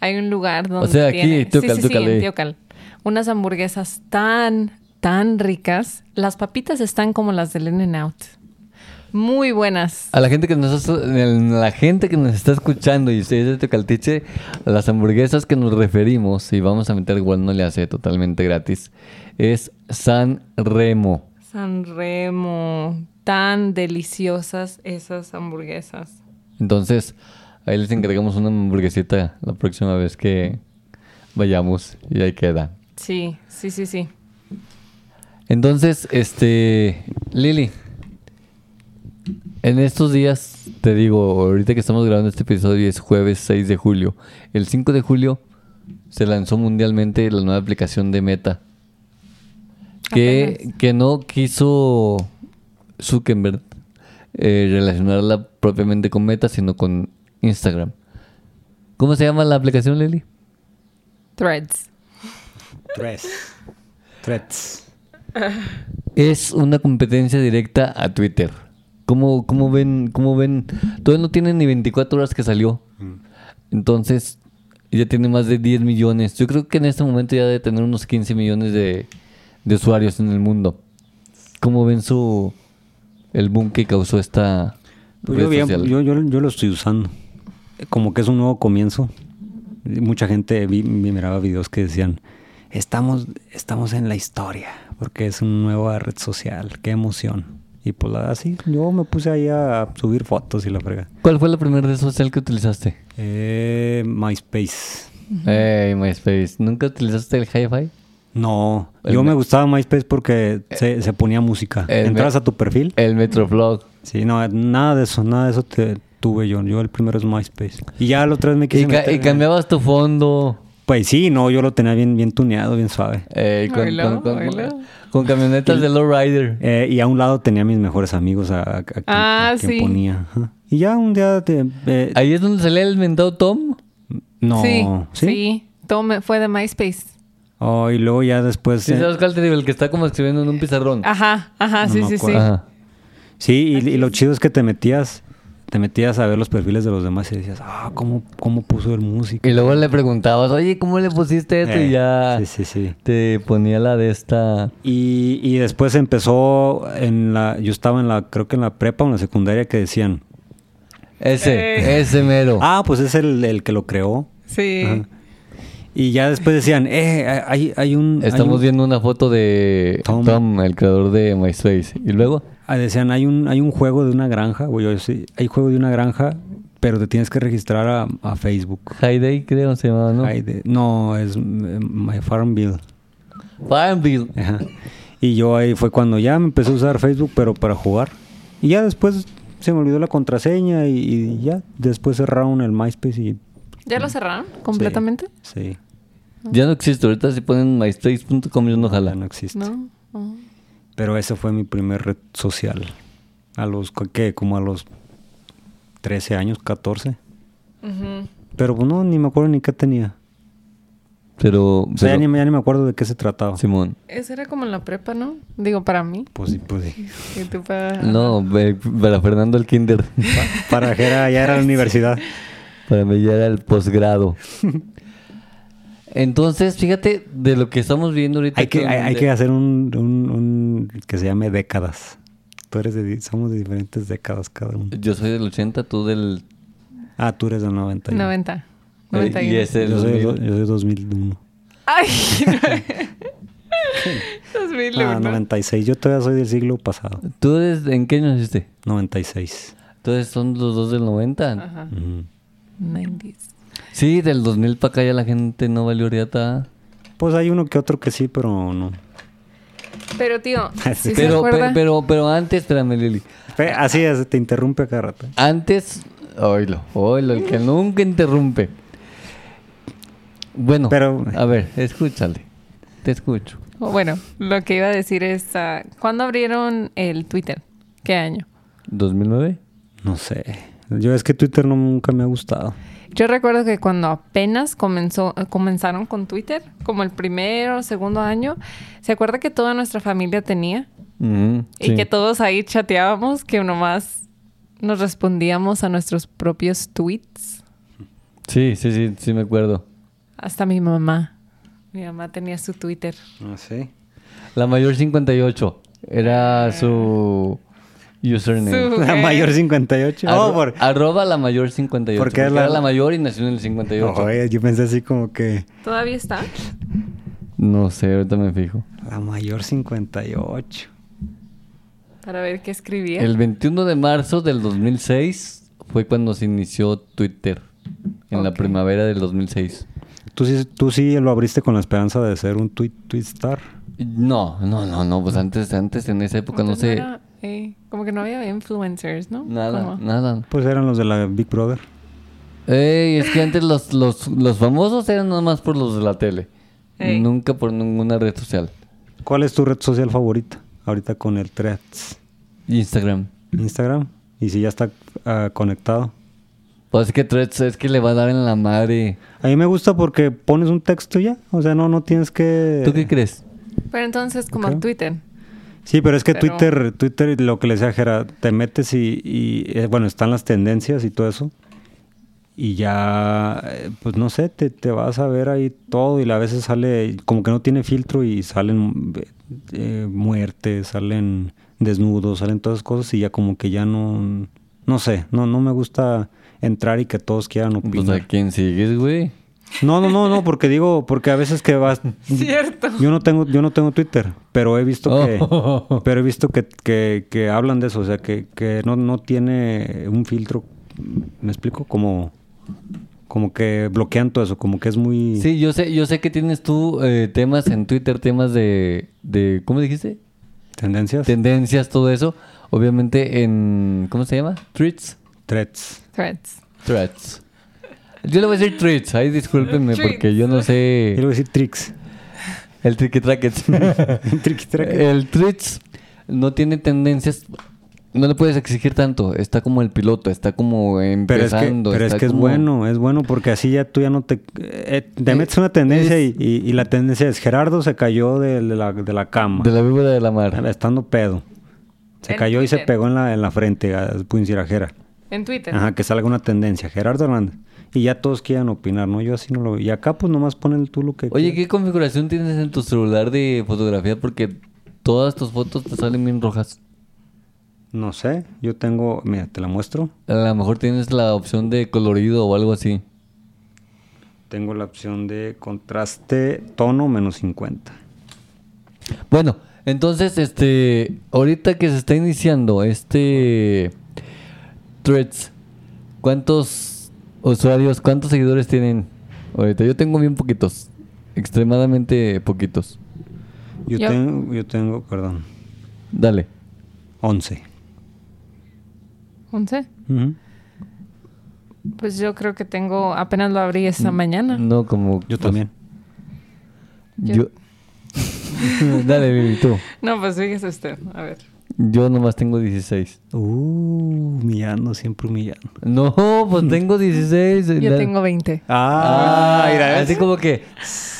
Speaker 3: hay un lugar donde.
Speaker 1: sea, aquí,
Speaker 3: tiene-
Speaker 1: Teocal,
Speaker 3: sí, sí, sí,
Speaker 1: Teocal, eh.
Speaker 3: en Teocal. Unas hamburguesas tan, tan ricas. Las papitas están como las del In and Out. Muy buenas.
Speaker 1: A la gente que nos está, el- la gente que nos está escuchando y ustedes de Tocaltiche, a las hamburguesas que nos referimos y vamos a meter igual no le hace totalmente gratis es San Remo.
Speaker 3: San Remo. Tan deliciosas esas hamburguesas.
Speaker 1: Entonces, ahí les encargamos una hamburguesita la próxima vez que vayamos y ahí queda.
Speaker 3: Sí, sí, sí, sí.
Speaker 1: Entonces, este, Lili, en estos días, te digo, ahorita que estamos grabando este episodio es jueves 6 de julio. El 5 de julio se lanzó mundialmente la nueva aplicación de Meta. Que, que no quiso Zuckerberg eh, relacionarla propiamente con Meta, sino con Instagram. ¿Cómo se llama la aplicación, Lili?
Speaker 3: Threads.
Speaker 4: Tres. Tres.
Speaker 1: es una competencia directa a Twitter. ¿Cómo, cómo ven? ¿Cómo ven? Todavía no tiene ni 24 horas que salió.
Speaker 4: Mm.
Speaker 1: Entonces, ya tiene más de 10 millones. Yo creo que en este momento ya debe tener unos 15 millones de, de usuarios en el mundo. ¿Cómo ven su el boom que causó esta
Speaker 4: Pues
Speaker 1: red
Speaker 4: yo, bien,
Speaker 1: social?
Speaker 4: yo, yo, yo lo estoy usando. Como que es un nuevo comienzo. Mucha gente vi, vi- miraba videos que decían, estamos, estamos en la historia, porque es una nueva red social, qué emoción. Y pues la- así, yo me puse ahí a subir fotos y la frega.
Speaker 1: ¿Cuál fue la primera red social que utilizaste?
Speaker 4: Eh, MySpace.
Speaker 1: Hey, MySpace. ¿Nunca utilizaste el Hi-Fi?
Speaker 4: No,
Speaker 1: El
Speaker 4: yo
Speaker 1: me- Eh,
Speaker 4: me gustaba MySpace porque se, se ponía música.
Speaker 1: el me- eh.
Speaker 4: Entras a tu perfil.
Speaker 1: El Metroflog.
Speaker 4: Sí, no, nada de eso, nada de eso te tuve yo. Yo el primero es MySpace. Y ya los tres me quise
Speaker 1: Y, ca-
Speaker 4: meter
Speaker 1: y
Speaker 4: en-
Speaker 1: cambiabas tu fondo.
Speaker 4: Pues sí, no, yo lo tenía bien, bien tuneado, bien suave.
Speaker 1: Eh, con, con-
Speaker 3: Oilo,
Speaker 1: con-
Speaker 3: oilo.
Speaker 1: con camionetas de lowrider.
Speaker 4: Eh, y a un lado tenía a mis mejores amigos a, a- a quien-
Speaker 3: Ah,
Speaker 4: a quien
Speaker 3: sí.
Speaker 4: ponía. ajá. Y ya un día... te- eh,
Speaker 1: Ahí es donde salía el mentado Tom.
Speaker 4: no,
Speaker 3: Sí,
Speaker 4: ¿sí?
Speaker 3: sí. Todo me- fue de MySpace.
Speaker 4: Oh, y luego ya después...
Speaker 1: Sí,
Speaker 4: eh,
Speaker 1: ¿sabes cuál te digo? El que está como escribiendo en un pizarrón.
Speaker 3: Ajá, ajá,
Speaker 4: No
Speaker 3: sí,
Speaker 4: me
Speaker 3: ah, sí, sí.
Speaker 4: acuerdo.
Speaker 1: Ajá.
Speaker 4: Sí, y, y lo chido es que te metías... Te metías a ver los perfiles de los demás y decías, ah, ¿cómo, cómo puso el músico?
Speaker 1: Y luego le preguntabas, oye, ¿cómo le pusiste esto?
Speaker 4: Eh,
Speaker 1: y ya
Speaker 4: Sí, sí, sí.
Speaker 1: te ponía la de esta.
Speaker 4: Y, y después empezó en la... Yo estaba en la, creo que en la prepa o en la secundaria que decían,
Speaker 1: Ese, ese mero.
Speaker 4: ah, pues es el, el que lo creó.
Speaker 3: Sí.
Speaker 4: Ajá. Y ya después decían, eh, hay, hay un... hay
Speaker 1: Estamos
Speaker 4: un-
Speaker 1: viendo una foto de Tom.
Speaker 4: Tom.
Speaker 1: el creador de MySpace. Y luego,
Speaker 4: Ah, decían, hay un, hay un juego de una granja, güey, yo sí, hay juego de una granja, pero te tienes que registrar a, a Facebook.
Speaker 1: Hayday, creo, se llamaba, ¿no?
Speaker 4: Ay, de- no, es eh, My Farm Bill.
Speaker 1: Farmville.
Speaker 4: Ajá. Y yo ahí fue cuando ya me empecé a usar Facebook, pero para jugar. Y ya después se me olvidó la contraseña y, y ya después cerraron el MySpace y...
Speaker 3: ¿Ya lo cerraron completamente?
Speaker 4: Sí,
Speaker 1: Ya no existe. Ahorita si ponen myspace.com, yo no
Speaker 4: ya
Speaker 1: jala.
Speaker 4: no existe.
Speaker 3: No. Oh.
Speaker 4: Pero esa fue mi primer red social. A los, ¿qué? Como a los 13 años, 14.
Speaker 3: Ujú.
Speaker 4: Pero pues, no, ni me acuerdo ni qué tenía.
Speaker 1: Pero,
Speaker 4: O sea, ya,
Speaker 1: pero-
Speaker 4: ni, me- ya ni me acuerdo de qué se trataba.
Speaker 1: Simón.
Speaker 3: Esa era como en la prepa, ¿no? Digo, para mí.
Speaker 4: Pues sí, pues sí.
Speaker 3: Y tú para...
Speaker 1: No, ve- para Fernando el Kinder.
Speaker 4: Para que era, ya era la universidad.
Speaker 1: Para mí ya era el posgrado. Entonces, fíjate de lo que estamos viendo ahorita.
Speaker 4: Hay que, hay, hay
Speaker 1: actualmente.
Speaker 4: que hacer un, un- un que se llame décadas. Tú eres de, di- somos de diferentes décadas cada uno.
Speaker 1: Yo soy del 80, tú del...
Speaker 4: Ah, tú eres del 90.
Speaker 3: 90.
Speaker 1: eh,
Speaker 3: 90
Speaker 1: y es el
Speaker 4: Yo soy,
Speaker 1: 2000.
Speaker 4: do- yo soy 2001.
Speaker 3: Ay.
Speaker 4: Ah,
Speaker 3: 2001.
Speaker 4: 96. Yo todavía soy del siglo pasado.
Speaker 1: ¿Tú eres- en qué año naciste?
Speaker 4: 96.
Speaker 1: Entonces son los dos del 90.
Speaker 3: Ajá.
Speaker 4: Ujú.
Speaker 3: 90s.
Speaker 1: Sí, del 2000 para acá ya la gente no valió riata.
Speaker 4: Pues hay uno que otro que sí, pero no.
Speaker 3: Pero tío, ¿sí se
Speaker 1: pero,
Speaker 3: acuerda?
Speaker 1: pe- pero, pero antes, espérame, Lili.
Speaker 4: Fe- Así es, te interrumpe a cada rato.
Speaker 1: Antes, oílo, oílo, el que nunca interrumpe. Bueno,
Speaker 4: Pero-
Speaker 1: a ver, escúchale. Te escucho.
Speaker 3: O Bueno, lo que iba a decir es, ah, ¿cuándo abrieron el Twitter? ¿Qué año?
Speaker 1: ¿2009?
Speaker 4: No sé. Yo es que Twitter no- nunca me ha gustado.
Speaker 3: Yo recuerdo que cuando apenas comenzó, comenzaron con Twitter, como el primero o segundo año, ¿se acuerda que toda nuestra familia tenía?
Speaker 1: Ujú,
Speaker 3: Y
Speaker 1: sí.
Speaker 3: que todos ahí chateábamos, que nomás nos respondíamos a nuestros propios tweets.
Speaker 1: sí, sí, sí, sí, me acuerdo.
Speaker 3: Hasta mi mamá. Mi mamá tenía su Twitter.
Speaker 4: No sé.
Speaker 1: La mayor 58 era su username.
Speaker 3: Su-
Speaker 4: La
Speaker 3: Ok.
Speaker 4: mayor 58.
Speaker 1: Arro-
Speaker 4: Oh, por-
Speaker 1: Arroba la mayor 58.
Speaker 4: Porque
Speaker 1: Porque,
Speaker 4: es la- eh.
Speaker 1: era la mayor y nació en el 58.
Speaker 4: Oye, yo pensé así como que
Speaker 3: ¿Todavía está?
Speaker 1: No sé, ahorita me fijo.
Speaker 4: la mayor 58.
Speaker 3: Para ver qué escribía.
Speaker 1: El 21 de marzo del 2006 fue cuando se inició Twitter. En la
Speaker 3: Ok.
Speaker 1: primavera del 2006.
Speaker 4: ¿Tú sí, tú sí lo abriste con la esperanza de ser un tweet, tweet star.
Speaker 1: No, no, no, no. Pues antes, antes en esa época no sé.
Speaker 3: Entonces Pues era, eh, como que no había influencers, ¿no?
Speaker 1: Nada,
Speaker 3: Como-
Speaker 1: nada.
Speaker 4: Pues eran los de la Big Brother.
Speaker 1: Ey, es que antes los, los, los famosos eran nada más por los de la tele.
Speaker 3: Ey.
Speaker 1: Nunca por ninguna red social.
Speaker 4: ¿Cuál es tu red social favorita? Ahorita con el Threads.
Speaker 1: Instagram.
Speaker 4: Instagram. Y si ya está ah, conectado.
Speaker 1: Pues es que Threads es que le va a dar en la madre.
Speaker 4: A mí me gusta porque pones un texto ya. O sea, no, no tienes que...
Speaker 1: ¿Tú qué crees?
Speaker 3: Pero entonces como
Speaker 4: Ok.
Speaker 3: Twitter.
Speaker 4: Sí, pero es que
Speaker 3: Pero-
Speaker 4: Twitter, Twitter, lo que les decía Jera, te metes y, y, eh, bueno, están las tendencias y todo eso. Y ya, eh, pues no sé, te, te vas a ver ahí todo y a veces sale, como que no tiene filtro y salen eh, muertes, salen desnudos, salen todas esas cosas y ya como que ya no, no sé, no, no me gusta entrar y que todos quieran
Speaker 1: Pues
Speaker 4: opinar.
Speaker 1: a quién sigues, güey.
Speaker 4: No, no, no, no, porque digo, porque a veces que vas.
Speaker 3: Cierto.
Speaker 4: Yo no tengo, yo no tengo Twitter, pero he visto que,
Speaker 1: Oh.
Speaker 4: pero he visto que, que, que hablan de eso, o sea, que, que no, no tiene un filtro, ¿me explico? Como, como que bloquean todo eso, como que es muy.
Speaker 1: Sí, yo sé, yo sé que tienes tú eh, temas en Twitter, temas de, de. ¿Cómo dijiste?
Speaker 4: Tendencias.
Speaker 1: Tendencias, todo eso. Obviamente en. ¿Cómo se llama? Tweets.
Speaker 4: threads.
Speaker 3: Threads.
Speaker 1: Threads. Yo le voy a decir tweets, ahí discúlpenme porque yo no
Speaker 4: Yo
Speaker 1: sé
Speaker 4: le voy a decir tricks.
Speaker 1: el tricky trackets.
Speaker 4: Tricky trackets.
Speaker 1: el tweets no tiene tendencias, no le puedes exigir tanto, está como el piloto, está como
Speaker 4: Pero es que,
Speaker 1: empezando.
Speaker 4: pero es,
Speaker 1: está
Speaker 4: que es
Speaker 1: como-
Speaker 4: bueno, es bueno porque así ya tú ya no te... eh, te metes una tendencia y, y- y la tendencia es Gerardo se cayó de, de la, de la cama.
Speaker 1: De la víbora de la mar.
Speaker 4: Estando pedo. Se
Speaker 3: En
Speaker 4: cayó y se
Speaker 3: Twitter.
Speaker 4: pegó en la, en la frente, a- puñetirajera.
Speaker 3: En Twitter.
Speaker 4: Ajá, que salga una tendencia. Gerardo Hernández. Y ya todos quieran opinar, ¿no? Yo así no lo veo. Y acá pues nomás ponen tú lo que...
Speaker 1: Oye,
Speaker 4: quieras.
Speaker 1: ¿qué configuración tienes en tu celular de fotografía? Porque todas tus fotos te salen bien rojas.
Speaker 4: No sé, yo tengo... Mira, te la muestro.
Speaker 1: A lo mejor tienes la opción de colorido o algo así.
Speaker 4: Tengo la opción de contraste tono menos 50.
Speaker 1: Bueno, entonces, este, ahorita que se está iniciando este Threads, ¿cuántos usuarios, cuántos seguidores tienen ahorita? Yo tengo bien poquitos, extremadamente poquitos.
Speaker 4: Yo,
Speaker 3: Yo-
Speaker 4: tengo, yo tengo, perdón,
Speaker 1: Dale.
Speaker 4: 11.
Speaker 3: 11. Pues yo creo que tengo, apenas lo abrí esta mañana.
Speaker 1: No, como... pues,
Speaker 4: Yo también.
Speaker 1: Yo- Dale, Vivi, tú.
Speaker 3: No, pues fíjese usted. A ver.
Speaker 1: Yo nomás tengo 16.
Speaker 4: Uh, humillando, siempre humillando.
Speaker 1: No, pues tengo 16.
Speaker 3: Yo
Speaker 1: La-
Speaker 3: tengo 20.
Speaker 4: Ah, mira,
Speaker 1: así
Speaker 4: ¿ves? Eh.
Speaker 1: como que...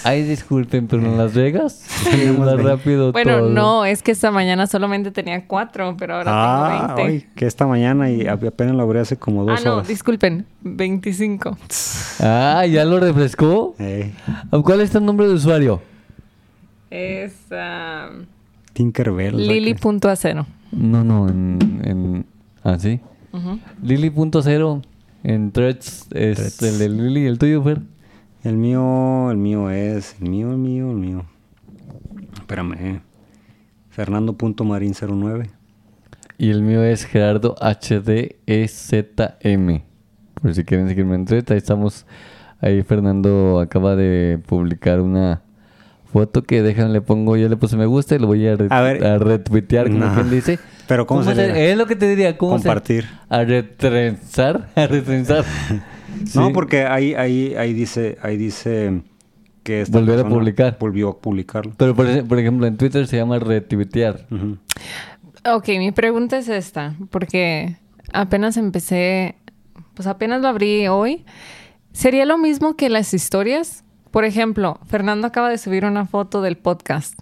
Speaker 1: Ay, disculpen, pero en Las Vegas es
Speaker 4: Tenemos
Speaker 1: más
Speaker 4: 20.
Speaker 1: rápido
Speaker 3: Bueno,
Speaker 1: todo.
Speaker 3: no, es que esta mañana solamente tenía 4, pero ahora
Speaker 4: Ah,
Speaker 3: tengo 20.
Speaker 4: ay, que esta mañana y ap- apenas lo abrí hace como
Speaker 3: Ah,
Speaker 4: dos
Speaker 3: no,
Speaker 4: horas.
Speaker 3: disculpen, 25.
Speaker 1: Ah, ¿ya lo refrescó?
Speaker 4: Ey,
Speaker 1: ¿Cuál es tu nombre de usuario?
Speaker 3: Es um,
Speaker 4: Tinkerbell. ¿verdad que-
Speaker 3: Lily.acero.
Speaker 1: No, no, en... en ah, sí.
Speaker 3: Ujú.
Speaker 1: Lili.0 en Threads es
Speaker 4: Threads.
Speaker 1: el de Lili, el tuyo, Fer.
Speaker 4: El mío, el mío es, el mío, el mío, el mío. Espérame. eh. Fernando.marín09.
Speaker 1: Y el mío es Gerardo HDEZM. Por si quieren seguirme en Twitter, ahí estamos. Ahí Fernando acaba de publicar una foto que déjenle le pongo, yo le puse me gusta y lo voy a, re-
Speaker 4: A ver.
Speaker 1: a retuitear, como
Speaker 4: No.
Speaker 1: quien dice.
Speaker 4: Pero ¿cómo se le-
Speaker 1: Es lo que te diría, ¿cómo se-
Speaker 4: Compartir.
Speaker 1: a retrenzar, a retrenzar.
Speaker 4: No,
Speaker 1: Sí.
Speaker 4: porque ahí, ahí, ahí dice, ahí dice que esta
Speaker 1: Volver a
Speaker 4: persona
Speaker 1: publicar.
Speaker 4: Volvió a publicarlo.
Speaker 1: Pero por, ej- por ejemplo, en Twitter se llama retuitear.
Speaker 4: Ujú.
Speaker 3: Ok, mi pregunta es esta, porque apenas empecé, pues apenas lo abrí hoy. ¿Sería lo mismo que las historias? Por ejemplo, Fernando acaba de subir una foto del podcast.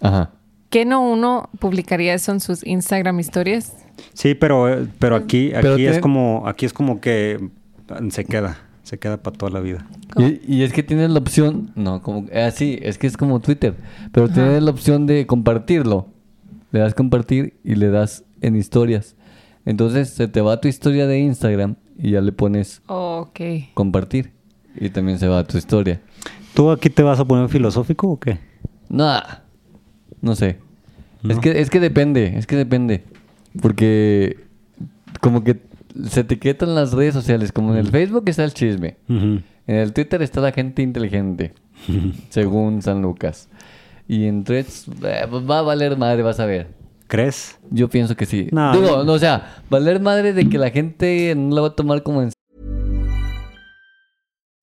Speaker 1: Ajá.
Speaker 3: ¿Qué no uno publicaría eso en sus Instagram historias?
Speaker 4: Sí, pero, eh, pero aquí, aquí
Speaker 1: Pero
Speaker 4: es
Speaker 1: te-
Speaker 4: como, aquí es como que eh, se queda, se queda para toda la vida.
Speaker 3: ¿Cómo?
Speaker 1: Y, y es que tienes la opción, no, como, así, es que es como Twitter, pero tienes la opción de compartirlo. Le das compartir y le das en historias. Entonces se te va tu historia de Instagram y ya le pones
Speaker 3: Ok.
Speaker 1: compartir. Y también se va tu historia.
Speaker 4: ¿Tú aquí te vas a poner filosófico o qué?
Speaker 1: No, no sé. Es, que, es que depende, es que depende. Porque como que se etiquetan las redes sociales, como en el Facebook está el chisme.
Speaker 4: Ujú.
Speaker 1: En el Twitter está la gente inteligente, según San Lucas. Y en Threads eh, pues va a valer madre, vas a ver.
Speaker 4: ¿Crees?
Speaker 1: Yo pienso que sí.
Speaker 4: No,
Speaker 1: Digo,
Speaker 4: no.
Speaker 1: no, o sea, valer madre de que la gente no la va a tomar como en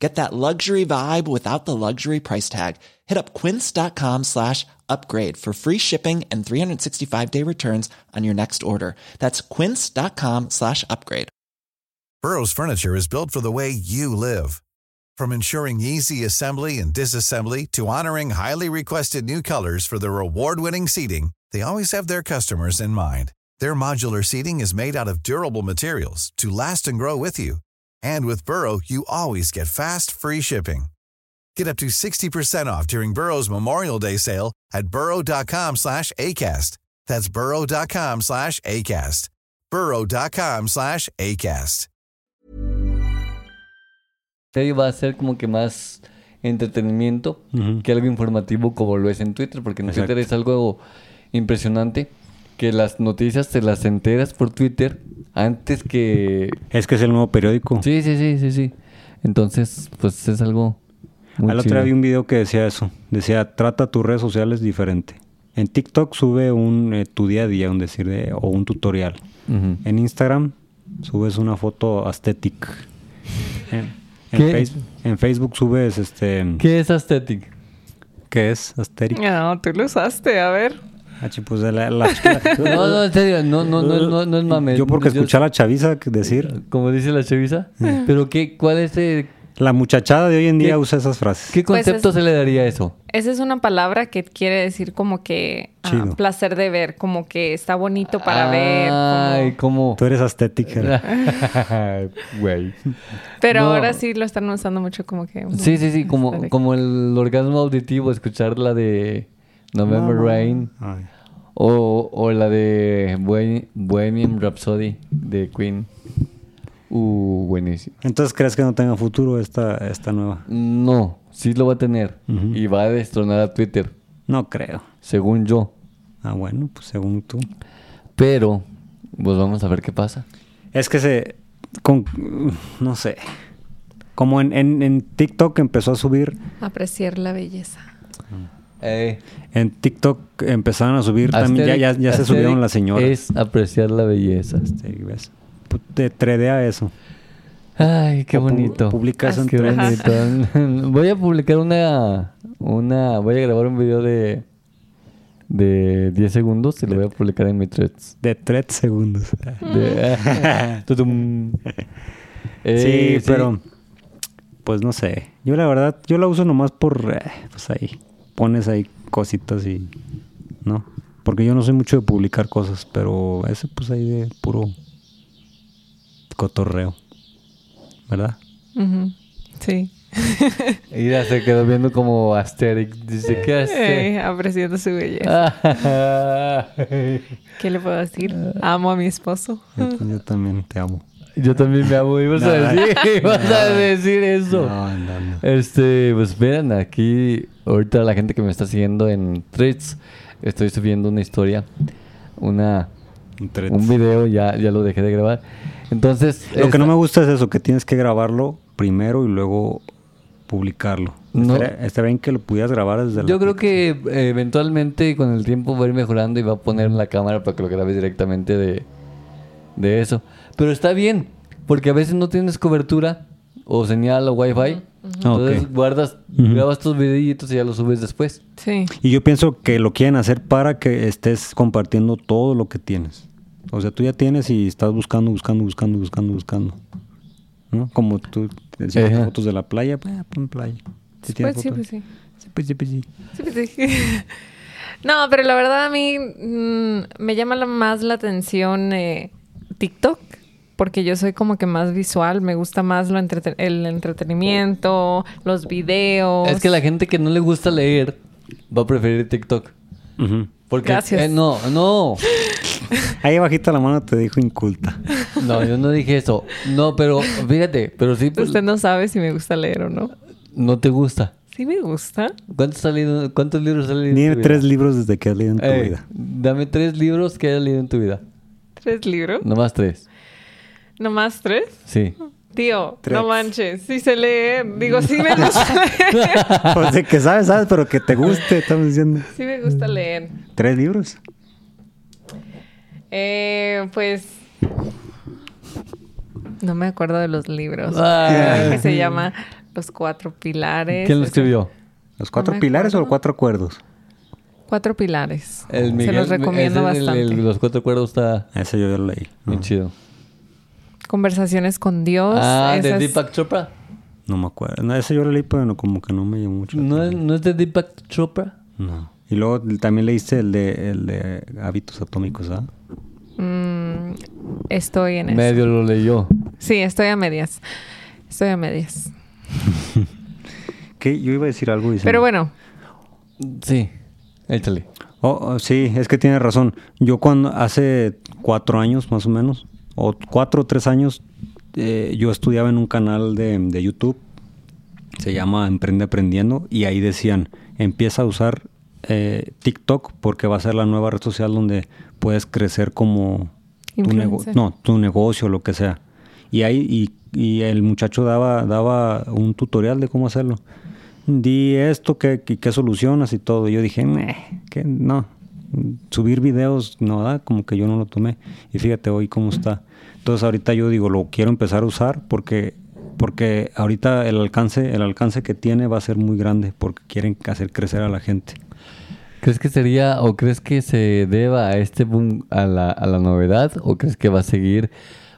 Speaker 5: Get that luxury vibe without the luxury price tag. Hit up quince.com slash upgrade for free shipping and 365-day returns on your next order. That's quince.com slash upgrade.
Speaker 6: Burrow's furniture is built for the way you live. From ensuring easy assembly and disassembly to honoring highly requested new colors for their award-winning seating, they always have their customers in mind. Their modular seating is made out of durable materials to last and grow with you. And with Burrow, you always get fast, free shipping. Get up to 60% off during Burrow's Memorial Day sale at burrow.com slash ACAST. That's burrow.com slash ACAST. burrow.com slash ACAST.
Speaker 1: serio va a ser como que más entretenimiento que algo informativo como lo es en Twitter, porque en
Speaker 4: Exacto.
Speaker 1: Twitter es algo impresionante que las noticias te las enteras por Twitter antes que...
Speaker 4: Es que es el nuevo periódico.
Speaker 1: Sí, sí, sí, sí, sí. Entonces, pues es algo... Muy
Speaker 4: Al otro
Speaker 1: chido.
Speaker 4: día vi un video que decía eso. Decía, trata tus redes sociales diferente. En TikTok sube un eh, tu día a día, un decir, de- o un tutorial.
Speaker 1: Ujú.
Speaker 4: En Instagram subes una foto aesthetic. En, en
Speaker 1: ¿Qué?
Speaker 4: Facebook, en Facebook subes este...
Speaker 1: ¿Qué es aesthetic?
Speaker 4: ¿Qué es aesthetic?
Speaker 3: No, Ah, tú lo usaste, a ver.
Speaker 4: Ah, chi, pues, la- la- la-
Speaker 1: No, no, en serio, no, no, no, no, no es mame.
Speaker 4: Yo porque escuché a la chaviza que decir,
Speaker 1: Como dice la chaviza. Pero qué, ¿cuál es el-
Speaker 4: la muchachada de hoy en día
Speaker 1: ¿Qué?
Speaker 4: usa esas frases.
Speaker 1: ¿Qué
Speaker 3: Pues
Speaker 1: concepto
Speaker 3: es-
Speaker 1: se le daría a eso?
Speaker 3: Esa es una palabra que quiere decir como que ah,
Speaker 4: Chido.
Speaker 3: placer de ver, como que está bonito para ver. como-
Speaker 1: Ay, como...
Speaker 4: Tú eres aesthetic. Gerardo.
Speaker 1: Güey.
Speaker 3: Pero
Speaker 1: No.
Speaker 3: ahora sí lo están usando mucho como que...
Speaker 1: Sí, sí, sí, como,
Speaker 3: Aesthetic.
Speaker 1: como el orgasmo auditivo, escuchar la de November Rain
Speaker 4: Ay.
Speaker 1: o, o la de Bohe- Bohemian Rhapsody de Queen. Uh, buenísimo.
Speaker 4: Entonces, ¿crees que no tenga futuro esta, esta nueva?
Speaker 1: No, sí lo va a tener y va a destronar a Twitter,
Speaker 4: No creo.
Speaker 1: según yo.
Speaker 4: Ah, bueno, pues según tú.
Speaker 1: Pero, pues vamos a ver qué pasa.
Speaker 4: Es que se... Con, no sé. Como en, en, en TikTok empezó a subir,
Speaker 3: Apreciar la belleza.
Speaker 1: Eh,
Speaker 4: en TikTok empezaron a subir también, ya, ya,
Speaker 1: aesthetic-
Speaker 4: ya se subieron las
Speaker 1: aesthetic
Speaker 4: señoras.
Speaker 1: Es apreciar la belleza.
Speaker 4: Sí, ¿ves? Pu- Te tredea eso.
Speaker 1: Ay, qué
Speaker 4: O pu-
Speaker 1: bonito.
Speaker 4: publicas en
Speaker 1: Qué
Speaker 4: tres.
Speaker 1: bonito. Voy a publicar una, una, voy a grabar un video de de 10 segundos y lo voy a publicar en mi threads.
Speaker 4: De tres segundos.
Speaker 1: De- Tutum. Eh,
Speaker 4: sí, pero pues no sé. Yo la verdad, yo la uso nomás por eh, pues ahí pones ahí cositas y no, porque yo no soy mucho de publicar cosas, pero ese pues ahí de puro cotorreo. ¿Verdad?
Speaker 3: Ujú. Sí.
Speaker 1: Y ya se quedó viendo como Asterix. Dice, ¿qué hace?
Speaker 3: Eh, apreciando su belleza.
Speaker 4: Eh.
Speaker 1: Ay,
Speaker 3: ¿Qué le puedo decir?
Speaker 1: Ah.
Speaker 3: Amo a mi esposo.
Speaker 4: Yo, yo también te amo.
Speaker 1: Yo también me amo. Ibas a decir, ibas a decir eso.
Speaker 4: No, no, no.
Speaker 1: Este, pues vean, aquí ahorita la gente que me está siguiendo en threads, estoy subiendo una historia, una
Speaker 4: Un threads.
Speaker 1: un video, ya, ya lo dejé de grabar. Entonces,
Speaker 4: Lo que
Speaker 1: esta-
Speaker 4: no me gusta es eso, que tienes que grabarlo primero y luego publicarlo.
Speaker 1: No.
Speaker 4: Estaría, estaría bien que lo pudieras grabar desde la
Speaker 1: yo creo que eh, eventualmente con el tiempo va a ir mejorando y va a poner la cámara para que lo grabes directamente de, de eso. Pero está bien, porque a veces no tienes cobertura o señal o wifi. Entonces
Speaker 4: Ok.
Speaker 1: guardas, grabas tus videitos y ya los subes después.
Speaker 3: Sí.
Speaker 4: Y yo pienso que lo quieren hacer para que estés compartiendo todo lo que tienes. O sea, tú ya tienes y estás buscando, buscando, buscando, buscando, buscando. ¿No? Como tú te decías
Speaker 1: Ajá.
Speaker 4: fotos de la playa, ah, pon playa. Si tienes
Speaker 3: Pues sí,
Speaker 4: fotos-
Speaker 3: pues sí.
Speaker 4: sí, pues sí, pues sí.
Speaker 3: Sí, pues sí. No, pero la verdad a mí mm, me llama la- más la atención eh, TikTok, porque yo soy como que más visual, me gusta más lo entrete- el entretenimiento, los videos.
Speaker 1: Es que la gente que no le gusta leer va a preferir TikTok.
Speaker 4: Ujú.
Speaker 1: Porque,
Speaker 3: Gracias.
Speaker 1: eh, no, no.
Speaker 4: Ahí bajita la mano te dijo inculta.
Speaker 1: No, yo no dije eso. No, pero fíjate, pero sí pues,
Speaker 3: Usted no sabe si me gusta leer o no.
Speaker 1: no te gusta.
Speaker 3: Sí me gusta.
Speaker 1: ¿Cuántos, has leído- cuántos libros has leído? en
Speaker 4: Dime
Speaker 1: tu vida?
Speaker 4: tres libros desde que has leído en tu
Speaker 1: Eh,
Speaker 4: vida.
Speaker 1: Dame tres libros que hayas leído en tu vida.
Speaker 3: Tres libros.
Speaker 1: Nomás tres.
Speaker 3: ¿Nomás tres?
Speaker 1: Sí.
Speaker 3: Tío,
Speaker 4: Tres.
Speaker 3: no manches. Sí sé leer. Digo, sí me gusta leer.
Speaker 4: O sea, que sabes, sabes, pero que te guste, estamos diciendo.
Speaker 3: Sí me gusta leer.
Speaker 4: ¿Tres libros?
Speaker 3: Eh, pues... No me acuerdo de los libros.
Speaker 1: Ah.
Speaker 3: que se llama Los Cuatro Pilares.
Speaker 1: ¿Quién lo escribió?
Speaker 4: ¿Los
Speaker 3: No
Speaker 4: cuatro
Speaker 3: me
Speaker 4: pilares o
Speaker 3: acuerdo.
Speaker 4: los cuatro cuerdos?
Speaker 3: Cuatro Pilares.
Speaker 1: El Miguel.
Speaker 3: se los recomiendo
Speaker 1: ese del-
Speaker 3: bastante.
Speaker 1: el- los cuatro cuerdos está
Speaker 4: Ese yo ya lo leí.
Speaker 1: muy
Speaker 4: No,
Speaker 1: chido.
Speaker 3: Conversaciones con Dios.
Speaker 1: Ah, de
Speaker 3: Pues, esas-
Speaker 1: Deepak Chopra.
Speaker 4: no me acuerdo. No, ese yo lo leí, pero no, como que no me llamó mucho. la
Speaker 1: ¿No es, ¿No es de Deepak Chopra?
Speaker 4: No. Y luego también leíste el de, el de hábitos atómicos, ¿ah?
Speaker 3: Mm, estoy en eso.
Speaker 1: Medio lo leyó.
Speaker 3: Sí, estoy a medias. Estoy a medias.
Speaker 4: Que yo iba a decir algo y se
Speaker 3: Pero
Speaker 4: me-
Speaker 3: bueno,
Speaker 1: Sí. Échale.
Speaker 4: Oh, oh, sí, es que tienes razón. Yo cuando hace cuatro años más o menos, o cuatro o tres años, eh, yo estudiaba en un canal de, de YouTube, se llama Emprende Aprendiendo, y ahí decían, empieza a usar eh, TikTok porque va a ser la nueva red social donde puedes crecer como tu, nego-
Speaker 3: Influencer.
Speaker 4: no, tu negocio, lo que sea. Y ahí y, y el muchacho daba, daba un tutorial de cómo hacerlo. Di esto, qué, qué, qué solucionas y todo. Yo dije, "Neh, que no, subir videos, no, da como que yo no lo tomé. Y fíjate hoy cómo está. Entonces ahorita yo digo, lo quiero empezar a usar porque porque ahorita el alcance el alcance que tiene va a ser muy grande porque quieren hacer crecer a la gente.
Speaker 1: ¿Crees que sería o crees que se deba a este boom, a la, a la novedad o crees que va a seguir?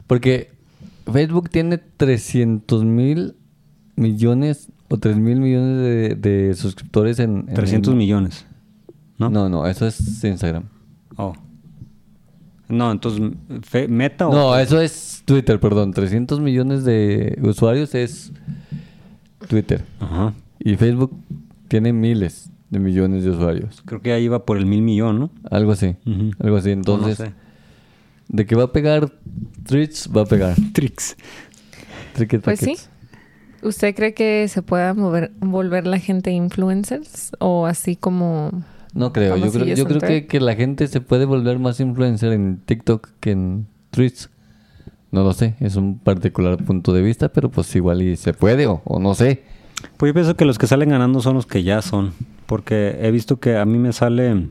Speaker 1: Porque Facebook tiene 300 mil millones o 3 mil millones de, de suscriptores en... en el
Speaker 4: 300 millones.
Speaker 1: Eh, ¿no?
Speaker 4: ¿no?
Speaker 1: no, eso es Instagram.
Speaker 4: Oh. No, entonces fe- Meta o
Speaker 1: No, eso es Twitter, perdón. 300 millones de usuarios es Twitter.
Speaker 4: Ajá.
Speaker 1: Y Facebook tiene miles de millones de usuarios.
Speaker 4: Creo que ya iba por el mil millón, ¿no?
Speaker 1: Algo así.
Speaker 4: Ujú.
Speaker 1: Algo así. Entonces,
Speaker 4: no sé.
Speaker 1: de que va a pegar Twitch, va a pegar.
Speaker 4: Tricks.
Speaker 1: Tricket
Speaker 3: Pues sí.
Speaker 1: packets.
Speaker 3: ¿usted cree que se pueda mover- volver la gente influencers? O así como...
Speaker 1: No creo. Yo creo,
Speaker 3: Famosillos
Speaker 1: yo
Speaker 3: en
Speaker 1: creo que,
Speaker 3: Twitter.
Speaker 1: que la gente se puede volver más influencer en TikTok que en Twitch. No lo sé. Es un particular punto de vista, pero pues igual y se puede o, o no sé.
Speaker 4: Pues yo pienso que los que salen ganando son los que ya son. Porque he visto que a mí me sale.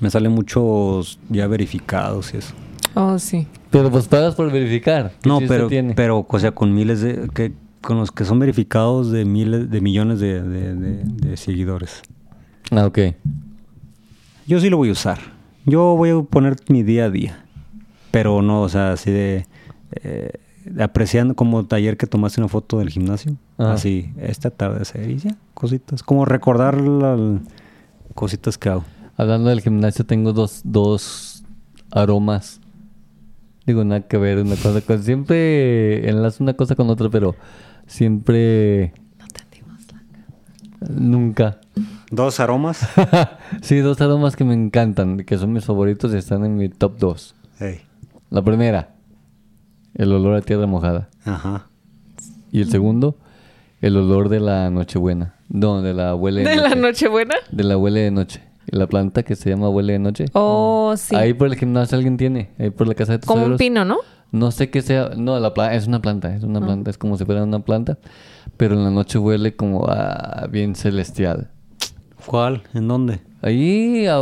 Speaker 4: Me salen muchos ya verificados y eso.
Speaker 3: Oh, sí.
Speaker 1: Pero pues pagas por verificar. ¿Qué
Speaker 4: No,
Speaker 1: chiste
Speaker 4: pero,
Speaker 1: tiene?
Speaker 4: pero, o sea, con miles de. Que, con los que son verificados de miles, de millones de, de- de- de seguidores.
Speaker 1: Ah, ok.
Speaker 4: Yo sí lo voy a usar. Yo voy a poner mi día a día. Pero no, o sea, así de. eh, apreciando como taller que tomaste una foto del gimnasio.
Speaker 1: Ah.
Speaker 4: Así, esta tarde y ya, cositas. Como recordar las cositas que hago.
Speaker 1: Hablando del gimnasio, tengo dos, dos aromas. Digo, nada que ver una cosa con... Siempre enlazo una cosa con otra, pero siempre...
Speaker 3: No
Speaker 1: Nunca.
Speaker 4: Dos aromas.
Speaker 1: sí, dos aromas que me encantan, que son mis favoritos y están en mi top 2.
Speaker 4: Ey,
Speaker 1: La primera, el olor a tierra mojada.
Speaker 4: Ajá.
Speaker 1: Y
Speaker 3: Mm.
Speaker 1: el segundo, el olor de la nochebuena. No, de la huele de,
Speaker 3: ¿De la
Speaker 1: noche.
Speaker 3: Nochebuena?
Speaker 1: De la huele de noche. Y la planta que se llama huele de noche.
Speaker 3: Oh, sí.
Speaker 1: Ahí por el gimnasio alguien tiene. Ahí por la casa de tus
Speaker 3: Como un
Speaker 1: suegros.
Speaker 3: pino, ¿no?
Speaker 1: No sé qué sea. No, la planta, es una planta. Es
Speaker 3: Ah.
Speaker 1: una planta. Es como si fuera una planta. Pero en la noche huele como a bien celestial.
Speaker 4: ¿Cuál? ¿En dónde?
Speaker 1: Ahí, a-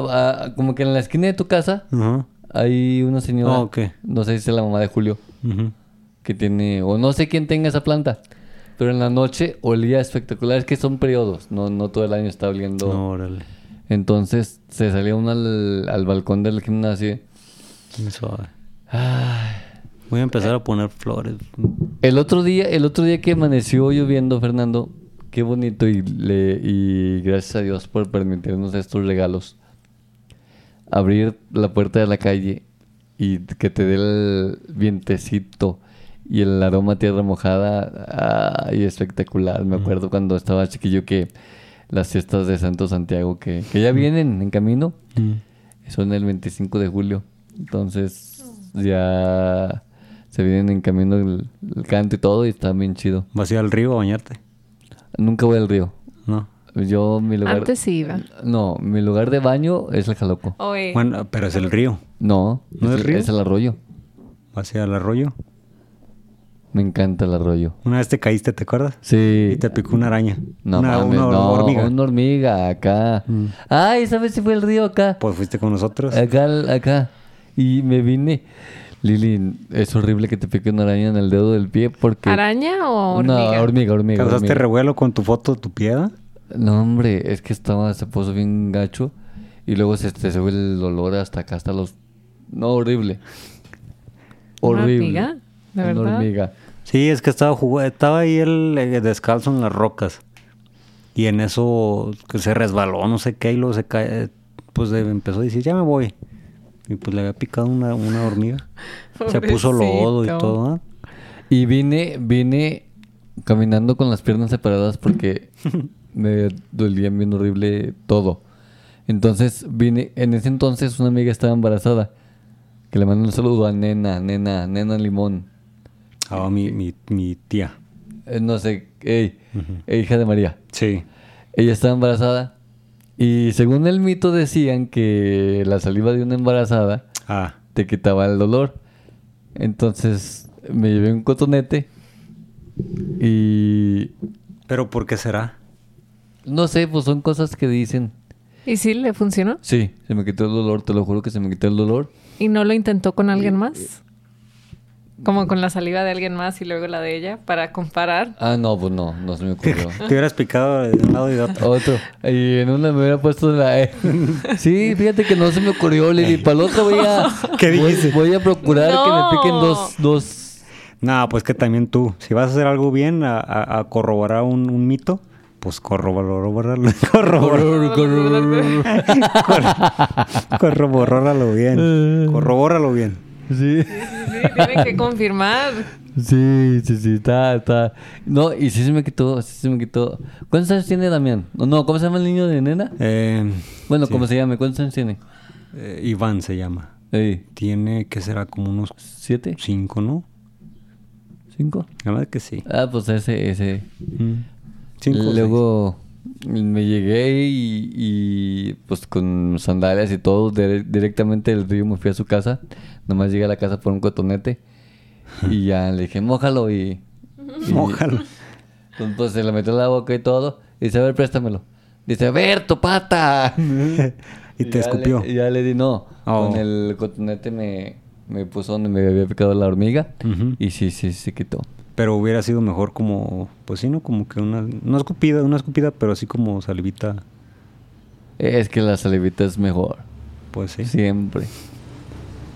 Speaker 1: a- como que en la esquina de tu casa,
Speaker 4: Ajá.
Speaker 1: hay una señora.
Speaker 4: Ah, ok.
Speaker 1: No sé si es la mamá de Julio.
Speaker 4: Ujú.
Speaker 1: que tiene, o no sé quién tenga esa planta, pero en la noche olía espectacular. Es que son periodos, no, no todo el año está oliendo.
Speaker 4: Órale.
Speaker 1: Entonces se salía uno al, al balcón del gimnasio.
Speaker 4: Muy suave. Voy a empezar a poner flores.
Speaker 1: El otro día, el otro día que amaneció lloviendo, Fernando, qué bonito y, le, y gracias a Dios por permitirnos estos regalos. Abrir la puerta de la calle y que te dé el vientecito y el aroma a tierra mojada, ay, espectacular. Me acuerdo cuando estaba chiquillo que las fiestas de Santo Santiago que, que ya vienen en camino son el 25 de julio. Entonces ya se vienen en camino el, el canto y todo y está bien chido.
Speaker 4: ¿Vas a ir al río a bañarte?
Speaker 1: Nunca voy al río.
Speaker 4: No.
Speaker 1: Yo mi lugar
Speaker 3: Antes sí iba.
Speaker 1: No, mi lugar de baño es el Jaloco.
Speaker 3: Oye,
Speaker 4: Bueno, pero es el río.
Speaker 1: No,
Speaker 4: ¿No
Speaker 1: es,
Speaker 4: es
Speaker 1: el-
Speaker 4: río?
Speaker 1: es el arroyo.
Speaker 4: ¿Vas a ir al arroyo?
Speaker 1: Me encanta el arroyo.
Speaker 4: Una vez te caíste, ¿te acuerdas?
Speaker 1: Sí.
Speaker 4: Y te picó una araña.
Speaker 1: No
Speaker 4: una,
Speaker 1: mames,
Speaker 4: una
Speaker 1: no,
Speaker 4: hormiga.
Speaker 1: una hormiga acá. Ay, ¿sabes si fue el río acá?
Speaker 4: Pues fuiste con nosotros.
Speaker 1: Acá, al- acá. Y me vine. Lili, es horrible que te pique una araña en el dedo del pie porque...
Speaker 3: ¿Araña o hormiga?
Speaker 1: No, hormiga, hormiga.
Speaker 4: Causaste
Speaker 1: hormiga.
Speaker 4: revuelo con tu foto, tu piedra.
Speaker 1: No, hombre, es que estaba, se puso bien gacho y luego se te sube el olor hasta acá, hasta los... No, horrible.
Speaker 3: ¿Una
Speaker 1: Horrible.
Speaker 3: hormiga? ¿De
Speaker 1: Una
Speaker 3: verdad?
Speaker 1: hormiga.
Speaker 4: Sí, es que estaba jugando, estaba ahí el eh, descalzo en las rocas. Y en eso que se resbaló, no sé qué, y luego se cae, pues eh, empezó a decir, ya me voy. Y pues le había picado una, una hormiga. Se puso lodo y
Speaker 3: Pobrecito.
Speaker 4: todo. ¿ah?
Speaker 1: Y vine, vine caminando con las piernas separadas porque me dolía bien horrible todo. Entonces vine, en ese entonces una amiga estaba embarazada. Que le mandó un saludo a Nena, Nena, Nena Limón.
Speaker 4: Ah, mi, mi, mi tía.
Speaker 1: Eh, no sé, ey, eh, hija de María.
Speaker 4: Sí.
Speaker 1: Ella estaba embarazada y según el mito decían que la saliva de una embarazada
Speaker 4: Ah,
Speaker 1: te quitaba el dolor. Entonces me llevé un cotonete y
Speaker 4: pero ¿por qué será?
Speaker 1: no sé, pues son cosas que dicen.
Speaker 3: ¿Y sí le funcionó?
Speaker 1: Sí, se me quitó el dolor, te lo juro que se me quitó el dolor.
Speaker 3: ¿Y no lo intentó con alguien más? Como con la saliva de alguien más y luego la de ella para comparar.
Speaker 1: Ah, no, pues no, no se me ocurrió.
Speaker 4: Te hubieras picado de un lado y de otro.
Speaker 1: Otro. Y en una me hubiera puesto la E. Sí, fíjate que no se me ocurrió, Lili. Para la otra voy a...
Speaker 4: ¿Qué
Speaker 1: voy-
Speaker 4: dijiste?
Speaker 1: Voy, a procurar que me
Speaker 3: No.
Speaker 1: piquen dos, dos
Speaker 4: No, pues que también tú, si vas a hacer algo bien, a, a- a corroborar un, un mito, pues corroborarlo, corroborarlo,
Speaker 1: Eh.
Speaker 4: corroborarlo bien, corrobóralo bien.
Speaker 1: Sí.
Speaker 3: Sí, tienen que confirmar.
Speaker 1: Sí, sí, sí, está, está. No, y sí se me quitó, sí se me quitó. ¿Cuántos años tiene Damián? No, no, ¿cómo se llama el niño de nena?
Speaker 4: Eh,
Speaker 1: Bueno, ¿cómo se llama? ¿Cuántos años tiene?
Speaker 4: eh, Iván se llama.
Speaker 1: Ey,
Speaker 4: Tiene que será como unos
Speaker 1: ¿Siete?
Speaker 4: cinco, ¿no?
Speaker 1: ¿Cinco?
Speaker 4: La verdad que sí.
Speaker 1: Ah, pues ese, ese.
Speaker 4: Mm. Cinco. o
Speaker 1: Luego me llegué y, y, pues con sandalias y todo, dire- directamente del río me fui a su casa. Nomás llegué a la casa por un cotonete y ya le dije, mójalo y...
Speaker 4: seis.
Speaker 1: y-
Speaker 4: Mójalo.
Speaker 1: Pues, pues, se lo metió en la boca y todo. Y dice, a ver, préstamelo. Dice, a ver, tu pata.
Speaker 4: Y te
Speaker 1: ya le- eh.
Speaker 4: escupió.
Speaker 1: y ya le di, no.
Speaker 4: Oh.
Speaker 1: Con el cotonete me, me puso donde me había picado la hormiga.
Speaker 4: Ujú.
Speaker 1: Y sí, sí, se quitó.
Speaker 4: Pero hubiera sido mejor como, pues sí, ¿no? Como que una, no escupida, una escupida, pero sí como salivita,
Speaker 1: Es que la salivita es mejor.
Speaker 4: pues sí.
Speaker 1: Siempre.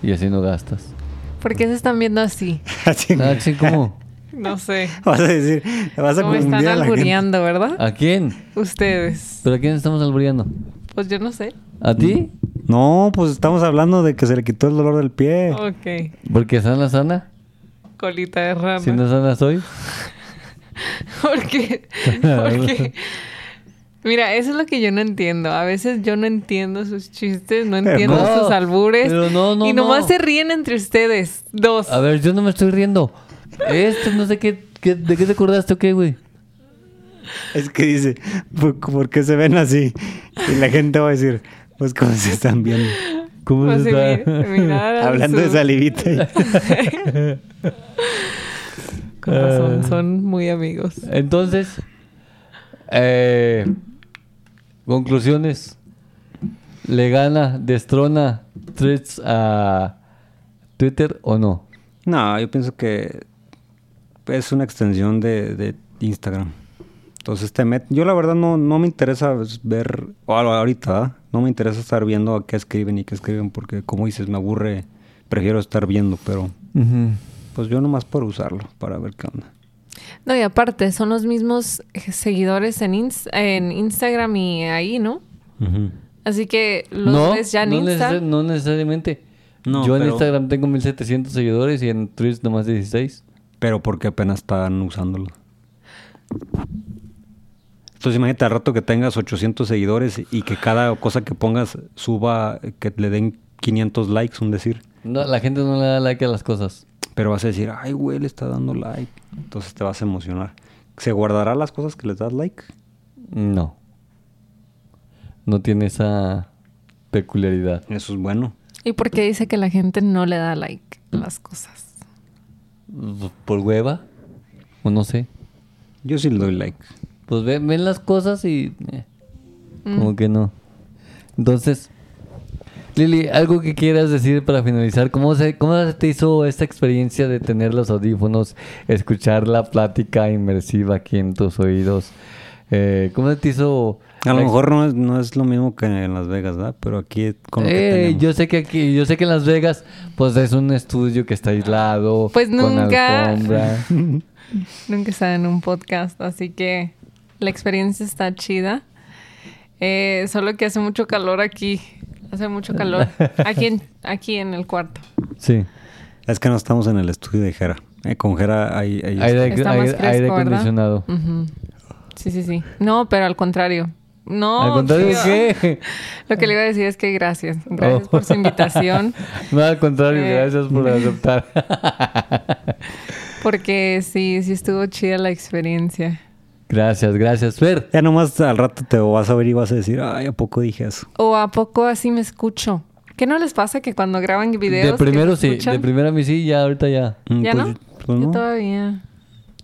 Speaker 1: Y así no gastas.
Speaker 3: ¿Por qué se están viendo así?
Speaker 4: Así.
Speaker 1: Ah, sí, ¿cómo?
Speaker 3: No sé.
Speaker 4: Vas a decir, vas a
Speaker 3: Como
Speaker 4: confundir
Speaker 3: están
Speaker 4: a la gente.
Speaker 3: albureando, ¿verdad?
Speaker 1: ¿A quién?
Speaker 3: Ustedes.
Speaker 1: ¿Pero a quién estamos albureando?
Speaker 3: Pues yo no sé.
Speaker 1: ¿A ti?
Speaker 4: No, pues estamos hablando de que se le quitó el dolor del pie.
Speaker 3: Oh. Ok.
Speaker 1: ¿Porque sana sana?
Speaker 3: Colita de rana.
Speaker 1: Si no sana soy.
Speaker 3: ¿Por qué? Porque Mira, eso es lo que yo no entiendo. A veces yo no entiendo sus chistes, no entiendo
Speaker 1: Eh, no,
Speaker 3: sus albures.
Speaker 1: pero no, no,
Speaker 3: y nomás
Speaker 1: no.
Speaker 3: se ríen entre ustedes, dos.
Speaker 1: A ver, yo no me estoy riendo. Esto no sé qué, qué- de qué te acordaste o qué, güey.
Speaker 4: Es que dice, ¿por, por qué se ven así? Y la gente va a decir, pues cómo se están viendo.
Speaker 1: ¿Cómo
Speaker 3: Pues,
Speaker 1: se
Speaker 3: mi-
Speaker 1: está?
Speaker 3: mirar a
Speaker 4: Hablando de
Speaker 3: Ah, su-
Speaker 4: salivita. y-
Speaker 3: Con
Speaker 1: Ah.
Speaker 3: razón, son muy amigos.
Speaker 1: Entonces, eh, conclusiones. ¿Le gana, destrona threads a Twitter o no?
Speaker 4: No, yo pienso que es una extensión de, de Instagram. Entonces te met... Yo la verdad no, no me interesa ver, o a- ahorita, ¿verdad? no me interesa estar viendo a qué escriben y qué escriben, porque como dices, me aburre, prefiero estar viendo, pero pues yo nomás por usarlo, para ver qué onda.
Speaker 3: No, y aparte, son los mismos eh, seguidores en, Ins- en Instagram y ahí, ¿no? Así que los ves ya en
Speaker 1: no,
Speaker 3: Insta.
Speaker 1: necesar- no necesariamente.
Speaker 4: No,
Speaker 1: Yo en
Speaker 4: pero-
Speaker 1: Instagram tengo 1700 seguidores y en Threads nomás 16.
Speaker 4: Pero porque apenas están usándolo. Entonces imagínate al rato que tengas 800 seguidores y que cada cosa que pongas suba, que le den 500 likes, un decir.
Speaker 1: No, la gente no le da like a las cosas.
Speaker 4: Pero vas a decir, ay, güey, le está dando like. Entonces te vas a emocionar. ¿Se guardará las cosas que les das like?
Speaker 1: No. No tiene esa peculiaridad.
Speaker 4: Eso es bueno.
Speaker 3: ¿Y por qué dice que la gente no le da like a las cosas?
Speaker 1: ¿Por hueva? O no sé.
Speaker 4: Yo sí le doy like.
Speaker 1: Pues ven, ven las cosas y... eh,
Speaker 3: Mm.
Speaker 1: Como que no. Entonces, Lili, algo que quieras decir para finalizar. ¿Cómo se, ¿Cómo se te hizo esta experiencia de tener los audífonos, escuchar la plática inmersiva aquí en tus oídos? Eh, ¿Cómo se te hizo...
Speaker 4: A lo
Speaker 1: la
Speaker 4: mejor no es, no es lo mismo que en Las Vegas, ¿verdad? Pero aquí con lo que
Speaker 1: Eh,
Speaker 4: tenemos.
Speaker 1: yo sé que aquí, yo sé que en Las Vegas, pues es un estudio que está aislado.
Speaker 3: Pues
Speaker 1: con
Speaker 3: nunca.
Speaker 1: alfombra.
Speaker 3: Nunca está en un podcast, así que la experiencia está chida. Eh, solo que hace mucho calor aquí. Hace mucho calor. Aquí en, aquí en el cuarto.
Speaker 1: Sí.
Speaker 4: Es que no estamos en el estudio de Jera. Eh, con Jera hay... hay-
Speaker 1: Aire,
Speaker 3: Está más
Speaker 1: aire-
Speaker 3: fresco,
Speaker 1: aire
Speaker 3: ¿verdad? Mm.
Speaker 1: acondicionado.
Speaker 3: Sí, sí, sí. No, pero al contrario. No.
Speaker 1: Al contrario,
Speaker 3: tío.
Speaker 1: ¿qué?
Speaker 3: Lo que le iba a decir es que gracias. Gracias por su
Speaker 1: Oh.
Speaker 3: invitación.
Speaker 1: No, al contrario,
Speaker 3: Eh.
Speaker 1: gracias por aceptar.
Speaker 3: Porque sí, sí estuvo chida la experiencia.
Speaker 1: gracias, gracias. Fer,
Speaker 4: Ya nomás al rato te vas a ver y vas a decir, ay, ¿a poco dije eso?
Speaker 3: ¿O a poco así me escucho? ¿Qué no les pasa que cuando graban videos...
Speaker 1: de
Speaker 3: que
Speaker 1: primero
Speaker 3: se
Speaker 1: sí,
Speaker 3: escuchan?
Speaker 1: de primero a mí sí, ya ahorita ya.
Speaker 4: Mm,
Speaker 3: ¿Ya
Speaker 4: pues-
Speaker 3: no?
Speaker 4: pues
Speaker 3: Yo
Speaker 4: no.
Speaker 3: todavía.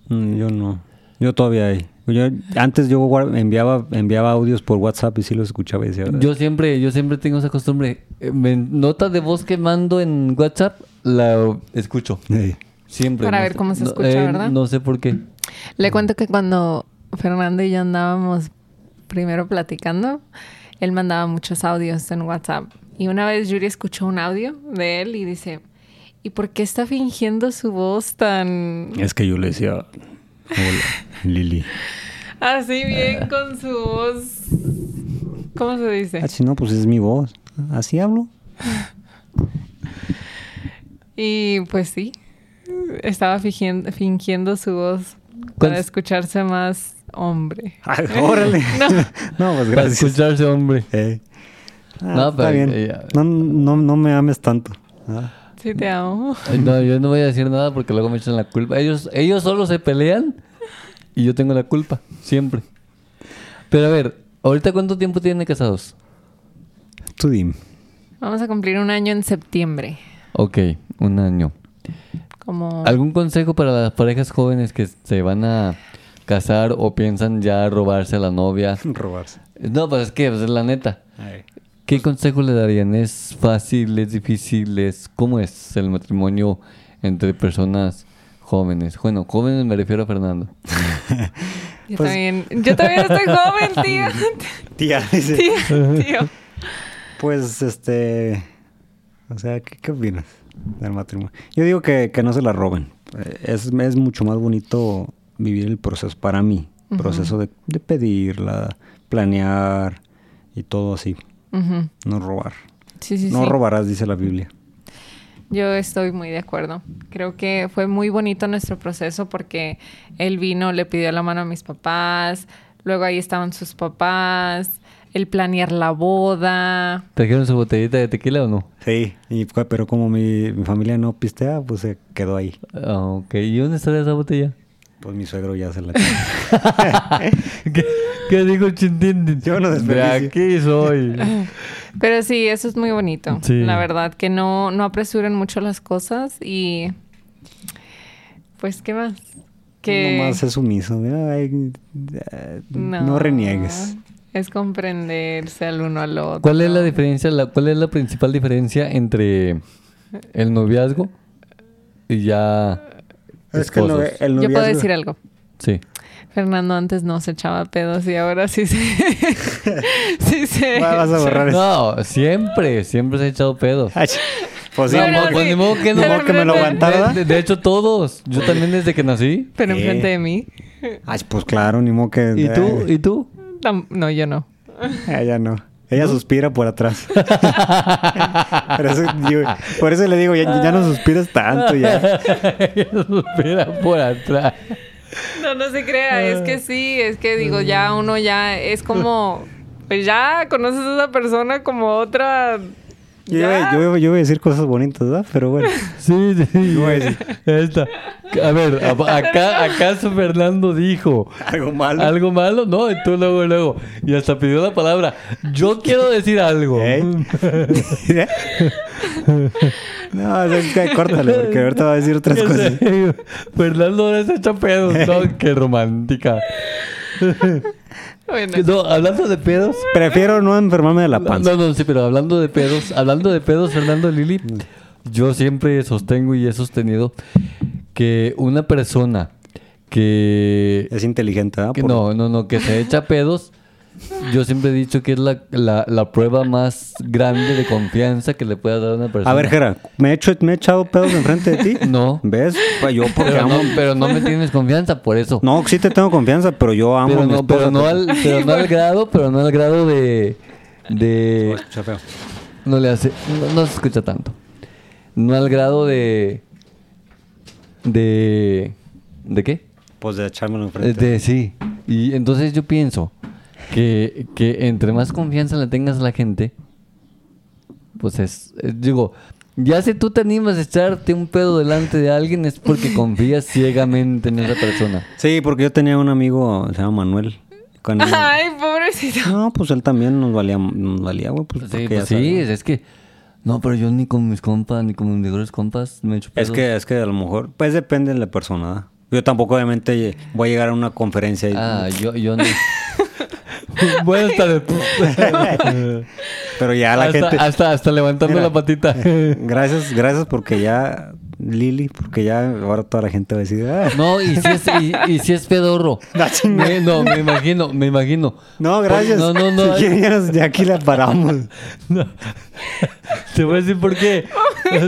Speaker 4: Mm, Yo no. Yo todavía hay. Yo- antes yo guar- enviaba, enviaba audios por WhatsApp y sí los escuchaba y decía,
Speaker 1: Yo siempre, yo siempre tengo esa costumbre. Eh, me- nota de voz que mando en WhatsApp, la escucho.
Speaker 4: "Ey".
Speaker 1: Siempre.
Speaker 3: Para
Speaker 1: no
Speaker 3: ver
Speaker 1: sé-
Speaker 3: cómo se
Speaker 1: no- eh,
Speaker 3: escucha, ¿verdad?
Speaker 1: No sé por qué.
Speaker 3: Le cuento que cuando Fernando y yo andábamos primero platicando, él mandaba muchos audios en WhatsApp. Y una vez Yuri escuchó un audio de él y dice, ¿y por qué está fingiendo su voz tan
Speaker 4: Es que yo le decía, hola, Lili.
Speaker 3: así bien con su voz? ¿Cómo se dice?
Speaker 4: Así no, pues es mi voz. Así hablo.
Speaker 3: Y pues sí, estaba fingiendo, fingiendo su voz
Speaker 1: ¿Cuál-
Speaker 3: para escucharse más hombre.
Speaker 4: Ay, órale.
Speaker 3: No.
Speaker 4: no, pues
Speaker 1: Para
Speaker 4: gracias.
Speaker 1: escucharse, hombre.
Speaker 4: Ey. Ah,
Speaker 1: No,
Speaker 4: está
Speaker 1: pero,
Speaker 4: bien.
Speaker 1: eh, ya.
Speaker 4: No, no, no me ames tanto. Ah,
Speaker 3: Sí, te amo.
Speaker 1: Ay, No, yo no voy a decir nada porque luego me echan la culpa. Ellos, ellos solo se pelean y yo tengo la culpa, siempre. Pero a ver, ¿ahorita cuánto tiempo tienen de casados?
Speaker 4: tú dime.
Speaker 3: Vamos a cumplir un año en septiembre.
Speaker 1: Ok, un año.
Speaker 3: Como...
Speaker 1: ¿Algún consejo para las parejas jóvenes que se van a casar o piensan ya robarse a la novia?
Speaker 4: Robarse.
Speaker 1: No, pues es que pues, es la neta. ¿Qué consejo le darían? ¿Es fácil? ¿Es difícil? ¿Es, ¿Cómo es el matrimonio entre personas jóvenes? Bueno, jóvenes me refiero a Fernando.
Speaker 3: Yo
Speaker 4: Pues
Speaker 3: también, yo también estoy joven, tío.
Speaker 4: Tía, dice.
Speaker 3: Tío, tío.
Speaker 4: Pues, este. O sea, ¿qué, qué opinas del matrimonio? Yo digo que, que no se la roben. Eh, Es, es mucho más bonito vivir el proceso para mí. Proceso de, de pedirla, planear y todo así.
Speaker 3: Ujú.
Speaker 4: No robar.
Speaker 3: Sí, sí,
Speaker 4: no
Speaker 3: sí.
Speaker 4: robarás, dice la Biblia.
Speaker 3: Yo estoy muy de acuerdo. Creo que fue muy bonito nuestro proceso porque él vino, le pidió la mano a mis papás, Luego ahí estaban sus papás, el planear la boda.
Speaker 1: ¿Trajeron su botellita de tequila o no?
Speaker 4: Sí, y cu- pero como mi, mi familia no pistea, pues se quedó ahí.
Speaker 1: Ah, ok, ¿y dónde está esa botella?
Speaker 4: Pues mi suegro ya se la quedó.
Speaker 1: ¿Qué, qué dijo Chintín?
Speaker 4: Yo no
Speaker 1: De
Speaker 4: desperdicio.
Speaker 1: aquí soy.
Speaker 3: Pero sí, eso es muy bonito.
Speaker 1: Sí.
Speaker 3: La verdad, que no, no apresuren mucho las cosas y. Pues, ¿qué más? Que.
Speaker 4: Pues Nomás es sumiso. de, "Ay, eh, no. reniegues.
Speaker 3: Es comprenderse al uno al otro.
Speaker 1: ¿Cuál es la diferencia, la, cuál es la principal diferencia entre el noviazgo y ya
Speaker 4: Es que el, no-
Speaker 1: esposos?
Speaker 4: el
Speaker 3: Yo puedo
Speaker 4: noviazgo-
Speaker 3: decir algo.
Speaker 1: Sí.
Speaker 3: Fernando antes no se echaba pedos y ahora sí se. sí se.
Speaker 4: Ah, Vas a borrar eso.
Speaker 1: No, siempre, siempre se ha echado pedos.
Speaker 4: Ay, Pues sí,
Speaker 3: No,
Speaker 1: Ni
Speaker 3: no,
Speaker 1: modo-
Speaker 3: sí.
Speaker 1: pues ni modo que
Speaker 4: Ni
Speaker 1: no.
Speaker 4: modo que me lo
Speaker 3: De-
Speaker 4: aguantara.
Speaker 1: De, de hecho, todos. Yo también desde que nací.
Speaker 3: Pero
Speaker 4: Sí.
Speaker 3: enfrente de mí.
Speaker 4: Ay, pues claro, ni modo que.
Speaker 1: ¿Y tú? ¿Y tú?
Speaker 3: tam- No, yo no.
Speaker 4: Ah, Ella no. Ella suspira por atrás. Pero eso, digo, por eso le digo, ya, ya no suspiras tanto. Ya.
Speaker 1: Espera por atrás.
Speaker 3: No, no se crea, es que sí, es que digo, ya uno ya es como, pues ya conoces a esa persona como otra.
Speaker 4: Yo, iba- yo, iba- yo voy a decir cosas bonitas, ¿verdad? Pero bueno.
Speaker 1: Sí, sí.
Speaker 4: Yo voy a decir.
Speaker 1: Esta. A ver, a- acá, ¿acaso Fernando dijo
Speaker 4: Algo malo.
Speaker 1: algo malo? No, y tú luego, luego. Y hasta pidió la palabra. Yo quiero decir algo.
Speaker 4: ¿Eh? no, o sea, es que córtale, porque ahorita va a decir otras
Speaker 1: ¿Qué
Speaker 4: cosas.
Speaker 1: sé? Fernando ahora se echa pedos. No, qué romántica.
Speaker 3: Bueno,
Speaker 1: No, hablando de pedos.
Speaker 4: Prefiero no enfermarme de la
Speaker 1: No,
Speaker 4: panza.
Speaker 1: no, no, sí, pero hablando de pedos, hablando de pedos, Fernando Lili,
Speaker 4: Mm.
Speaker 1: yo siempre sostengo y he sostenido que una persona que
Speaker 4: Es inteligente, ¿verdad?
Speaker 1: que
Speaker 4: Por-
Speaker 1: no, no, no, que se echa pedos. Yo siempre he dicho que es la, la- la prueba más grande de confianza que le pueda dar a una persona.
Speaker 4: A ver, Jera, ¿me he, hecho, ¿me he echado pedos enfrente de ti?
Speaker 1: No.
Speaker 4: ¿Ves? Pues yo porque
Speaker 1: pero no,
Speaker 4: amo.
Speaker 1: pero no me tienes confianza por eso.
Speaker 4: No, sí te tengo confianza, pero yo amo a
Speaker 1: pero
Speaker 4: mi
Speaker 1: no, pero
Speaker 4: esposa.
Speaker 1: no al, pero no al grado, pero no al grado de, de
Speaker 4: Escucha feo.
Speaker 1: no le hace, no, no se escucha tanto. No al grado de, de, ¿de qué?
Speaker 4: Pues de echármelo
Speaker 1: Eh,
Speaker 4: enfrente.
Speaker 1: De, sí. Y entonces yo pienso que, que entre más confianza le tengas a la gente, pues es, es- digo, ya si tú te animas a echarte un pedo delante de alguien es porque confías ciegamente en esa persona.
Speaker 4: Sí, porque yo tenía un amigo, se llama Manuel. con él-
Speaker 3: ay, pobrecito.
Speaker 4: No, pues él también nos valía, nos valía, güey. Pues,
Speaker 1: Sí,
Speaker 4: porque
Speaker 1: pues
Speaker 4: ya
Speaker 1: sí,
Speaker 4: sabes.
Speaker 1: es, que no, pero yo ni con mis compas, ni con mis mejores compas me he hecho
Speaker 4: Es
Speaker 1: pedos.
Speaker 4: que, es que a lo mejor, pues depende de la persona. ¿verdad? Yo tampoco, obviamente, voy a llegar a una conferencia y
Speaker 1: Ah, yo, yo no. Buenas tardes.
Speaker 4: Pero ya la
Speaker 1: hasta,
Speaker 4: gente.
Speaker 1: hasta, hasta levantando
Speaker 4: Mira.
Speaker 1: la patita.
Speaker 4: Gracias, gracias porque ya, Lili, porque ya ahora toda la gente va a decir. "Ah".
Speaker 1: No, y si es, y, y si es pedorro.
Speaker 4: La chingada.
Speaker 1: Me- no, me imagino, me imagino.
Speaker 4: No, gracias.
Speaker 1: No, no, no.
Speaker 4: Si quieren, ya, nos- ya aquí la paramos.
Speaker 1: No. Te voy a decir por qué.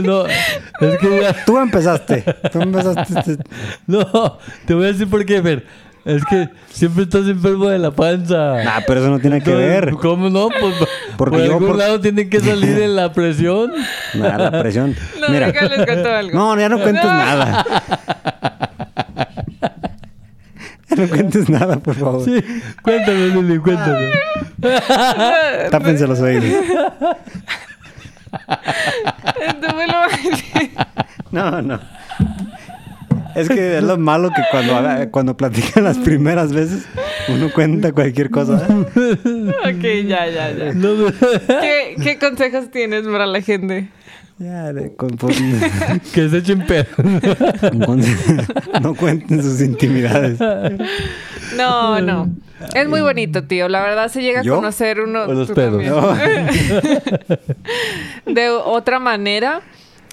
Speaker 1: No, es que ya-
Speaker 4: Tú empezaste. Tú empezaste. este-
Speaker 1: No, te voy a decir por qué, Fer. Es que siempre estás enfermo de la panza.
Speaker 4: Nah, pero eso no tiene que
Speaker 1: Entonces,
Speaker 4: ver.
Speaker 1: ¿Cómo no? Pues,
Speaker 4: Porque
Speaker 1: por
Speaker 4: yo,
Speaker 1: algún
Speaker 4: por-
Speaker 1: lado tienen que salir en la presión.
Speaker 4: Nah, la presión.
Speaker 3: No,
Speaker 4: Mira.
Speaker 3: déjale, les cuento algo.
Speaker 4: No, ya no cuentes nada. Ya no cuentes nada, por favor.
Speaker 1: Sí, cuéntame, Lili, cuéntame.
Speaker 4: Tápense los oídos.
Speaker 3: Tú me lo-
Speaker 4: No, no. Es que es lo malo que cuando, habla- cuando platican las primeras veces, uno cuenta cualquier cosa. ¿eh?
Speaker 3: ok, ya, ya, ya.
Speaker 1: No, no.
Speaker 3: ¿Qué, qué consejos tienes para la gente?
Speaker 4: Ya, de- con- pues,
Speaker 1: que se echen pedo.
Speaker 4: con- no cuenten sus intimidades.
Speaker 3: No, no. Es muy bonito, tío. La verdad se llega
Speaker 4: ¿Yo?
Speaker 3: a conocer uno
Speaker 1: O los
Speaker 3: tú
Speaker 1: pedos.
Speaker 3: también. de otra manera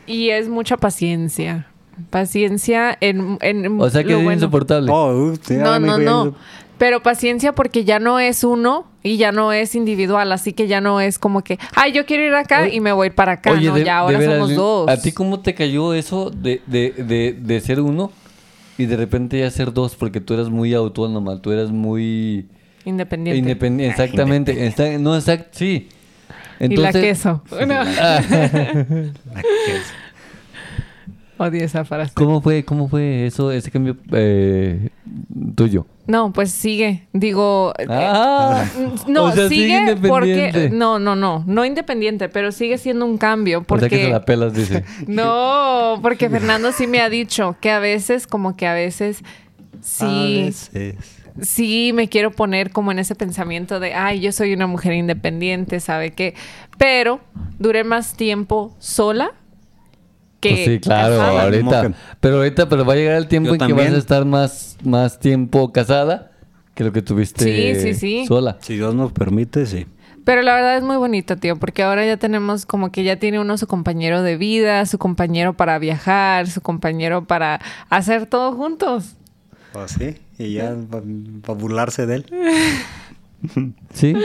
Speaker 3: y es mucha paciencia. Paciencia en, en
Speaker 1: O sea que
Speaker 3: lo
Speaker 1: es
Speaker 3: bueno.
Speaker 1: insoportable.
Speaker 4: Oh, uh, sí,
Speaker 3: No,
Speaker 4: ah, me
Speaker 3: no,
Speaker 4: dijo, ya
Speaker 3: no. Pero paciencia porque ya no es uno y ya no es individual, así que ya no es como que, ay, yo quiero ir acá y me voy para acá. no,
Speaker 1: de-
Speaker 3: ya
Speaker 1: de
Speaker 3: ahora
Speaker 1: veras, ¿eh?
Speaker 3: somos
Speaker 1: Lin-
Speaker 3: dos.
Speaker 1: ¿A ti cómo te cayó eso de, de, de, de ser uno y de repente ya ser dos? Porque tú eras muy autónoma, tú eras muy
Speaker 3: Independiente.
Speaker 1: independiente. Exactamente. Está- no, exacto, sí.
Speaker 3: y la queso. No.
Speaker 1: Ah,
Speaker 3: Odio esa frase.
Speaker 1: ¿Cómo fue, cómo fue eso, ese cambio eh, tuyo?
Speaker 3: No, pues sigue. Digo, eh,
Speaker 1: Ah.
Speaker 3: no,
Speaker 1: O sea, sigue
Speaker 3: sigue, porque...
Speaker 1: independiente.
Speaker 3: No, no, no. No independiente, pero sigue siendo un cambio. Porque...
Speaker 1: O sea que te la pelas, dice.
Speaker 3: No, porque Fernando sí me ha dicho que a veces, como que a veces, sí,
Speaker 1: Ah,
Speaker 4: A veces.
Speaker 3: sí me quiero poner como en ese pensamiento de, ay, yo soy una mujer independiente, ¿sabe qué? Pero duré más tiempo sola que...
Speaker 1: Pues sí, claro,
Speaker 3: casada.
Speaker 1: ahorita.
Speaker 4: Como
Speaker 1: Pero ahorita, pero va a llegar el tiempo
Speaker 4: Yo
Speaker 1: en que
Speaker 4: también.
Speaker 1: vas a estar más, más tiempo casada que lo que tuviste
Speaker 3: Sí, sí, sí.
Speaker 1: sola.
Speaker 4: Si Dios nos permite, sí.
Speaker 3: Pero la verdad es muy bonito, tío, porque ahora ya tenemos como que ya tiene uno su compañero de vida, su compañero para viajar, su compañero para hacer todo juntos.
Speaker 4: Pues sí, y ya para burlarse de él.
Speaker 1: Sí.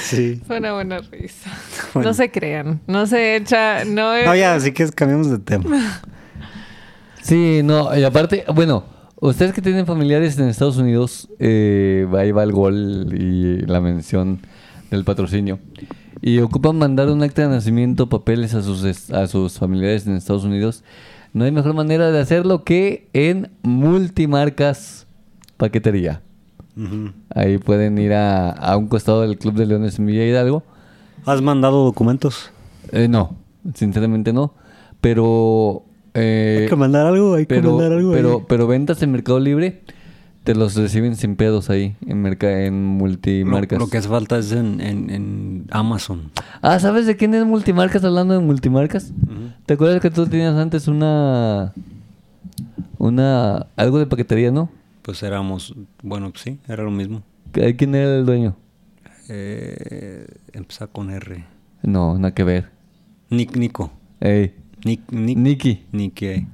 Speaker 4: Sí.
Speaker 3: Fue una buena risa.
Speaker 4: Bueno.
Speaker 3: No se crean, no se echa, no es...
Speaker 4: No, ya, así que cambiamos de tema.
Speaker 1: Sí, no, y aparte, bueno, ustedes que tienen familiares en Estados Unidos, eh, ahí va el gol y la mención del patrocinio. Y ocupan mandar un acta de nacimiento, papeles a sus, es- a sus familiares en Estados Unidos. No hay mejor manera de hacerlo que en multimarcas paquetería. Ahí pueden ir a, a un costado del Club de Leones en Villa Hidalgo.
Speaker 4: ¿Has mandado documentos?
Speaker 1: Eh, no, sinceramente no. Pero... eh,
Speaker 4: Hay que mandar algo, hay que
Speaker 1: pero,
Speaker 4: mandar algo.
Speaker 1: pero,
Speaker 4: ahí.
Speaker 1: pero ventas en Mercado Libre te los reciben sin pedos ahí en merca en
Speaker 4: Lo-
Speaker 1: multimarcas.
Speaker 4: Lo, que hace falta es en, en- en Amazon.
Speaker 1: Ah, ¿sabes de quién es multimarcas hablando de multimarcas? ¿Te acuerdas que tú tenías antes una una algo de paquetería, no?
Speaker 4: Pues éramos, bueno, pues sí, era lo mismo.
Speaker 1: ¿Qué- ¿Quién era el dueño?
Speaker 4: Eh, empezaba con R.
Speaker 1: No, nada que ver.
Speaker 4: Nick Nico.
Speaker 1: Ey,
Speaker 4: Nick, Nick,
Speaker 1: Nicky.
Speaker 4: Nicky, eh.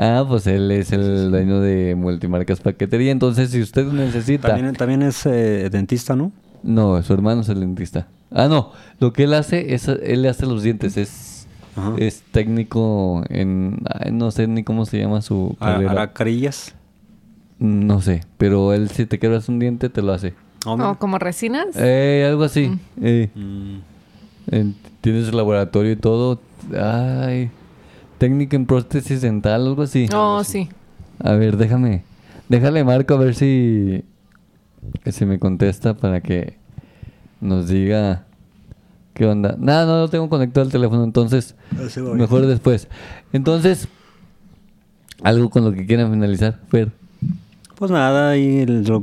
Speaker 1: Ah, pues él es el dueño de multimarcas paquetería, entonces si usted necesita
Speaker 4: También, también es eh, dentista, ¿no?
Speaker 1: No, su hermano es el dentista. Ah, no. Lo que él hace es, él le hace los dientes. Es,
Speaker 4: Ajá.
Speaker 1: es técnico en, ay, no sé ni cómo se llama su
Speaker 4: Hará-
Speaker 1: carrera.
Speaker 4: hará carillas.
Speaker 1: No sé, pero él si te quebras un diente, te lo hace.
Speaker 4: Ah, mira.
Speaker 3: O como resinas.
Speaker 1: Eh, algo así. Eh,
Speaker 4: Mm,
Speaker 1: eh, tienes el laboratorio y todo. Ay, técnico en prótesis dental, algo así.
Speaker 3: Oh, sí.
Speaker 1: A ver, déjame. Déjale marco a ver si. que si me contesta para que nos diga. ¿Qué onda? Nada, no, no tengo conectado el teléfono, entonces.
Speaker 4: Ese va bien.
Speaker 1: Mejor después. Entonces. Algo con lo que quieran finalizar, Fer.
Speaker 4: Pues nada, y el- lo-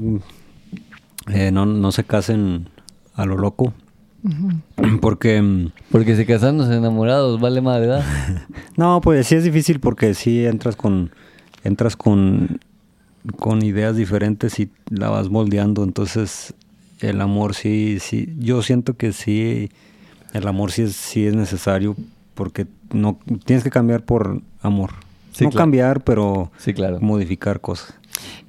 Speaker 4: eh, no, no se casen a lo loco. Porque, mm,
Speaker 1: Porque si casan los enamorados, vale madre, ¿verdad?
Speaker 4: no, pues sí es difícil porque sí entras con, entras con, con ideas diferentes y la vas moldeando. Entonces, el amor sí, sí, yo siento que sí, el amor sí es, sí es necesario porque no tienes que cambiar por amor.
Speaker 1: Sí,
Speaker 4: no
Speaker 1: claro.
Speaker 4: cambiar, pero
Speaker 1: Sí, claro.
Speaker 4: modificar cosas.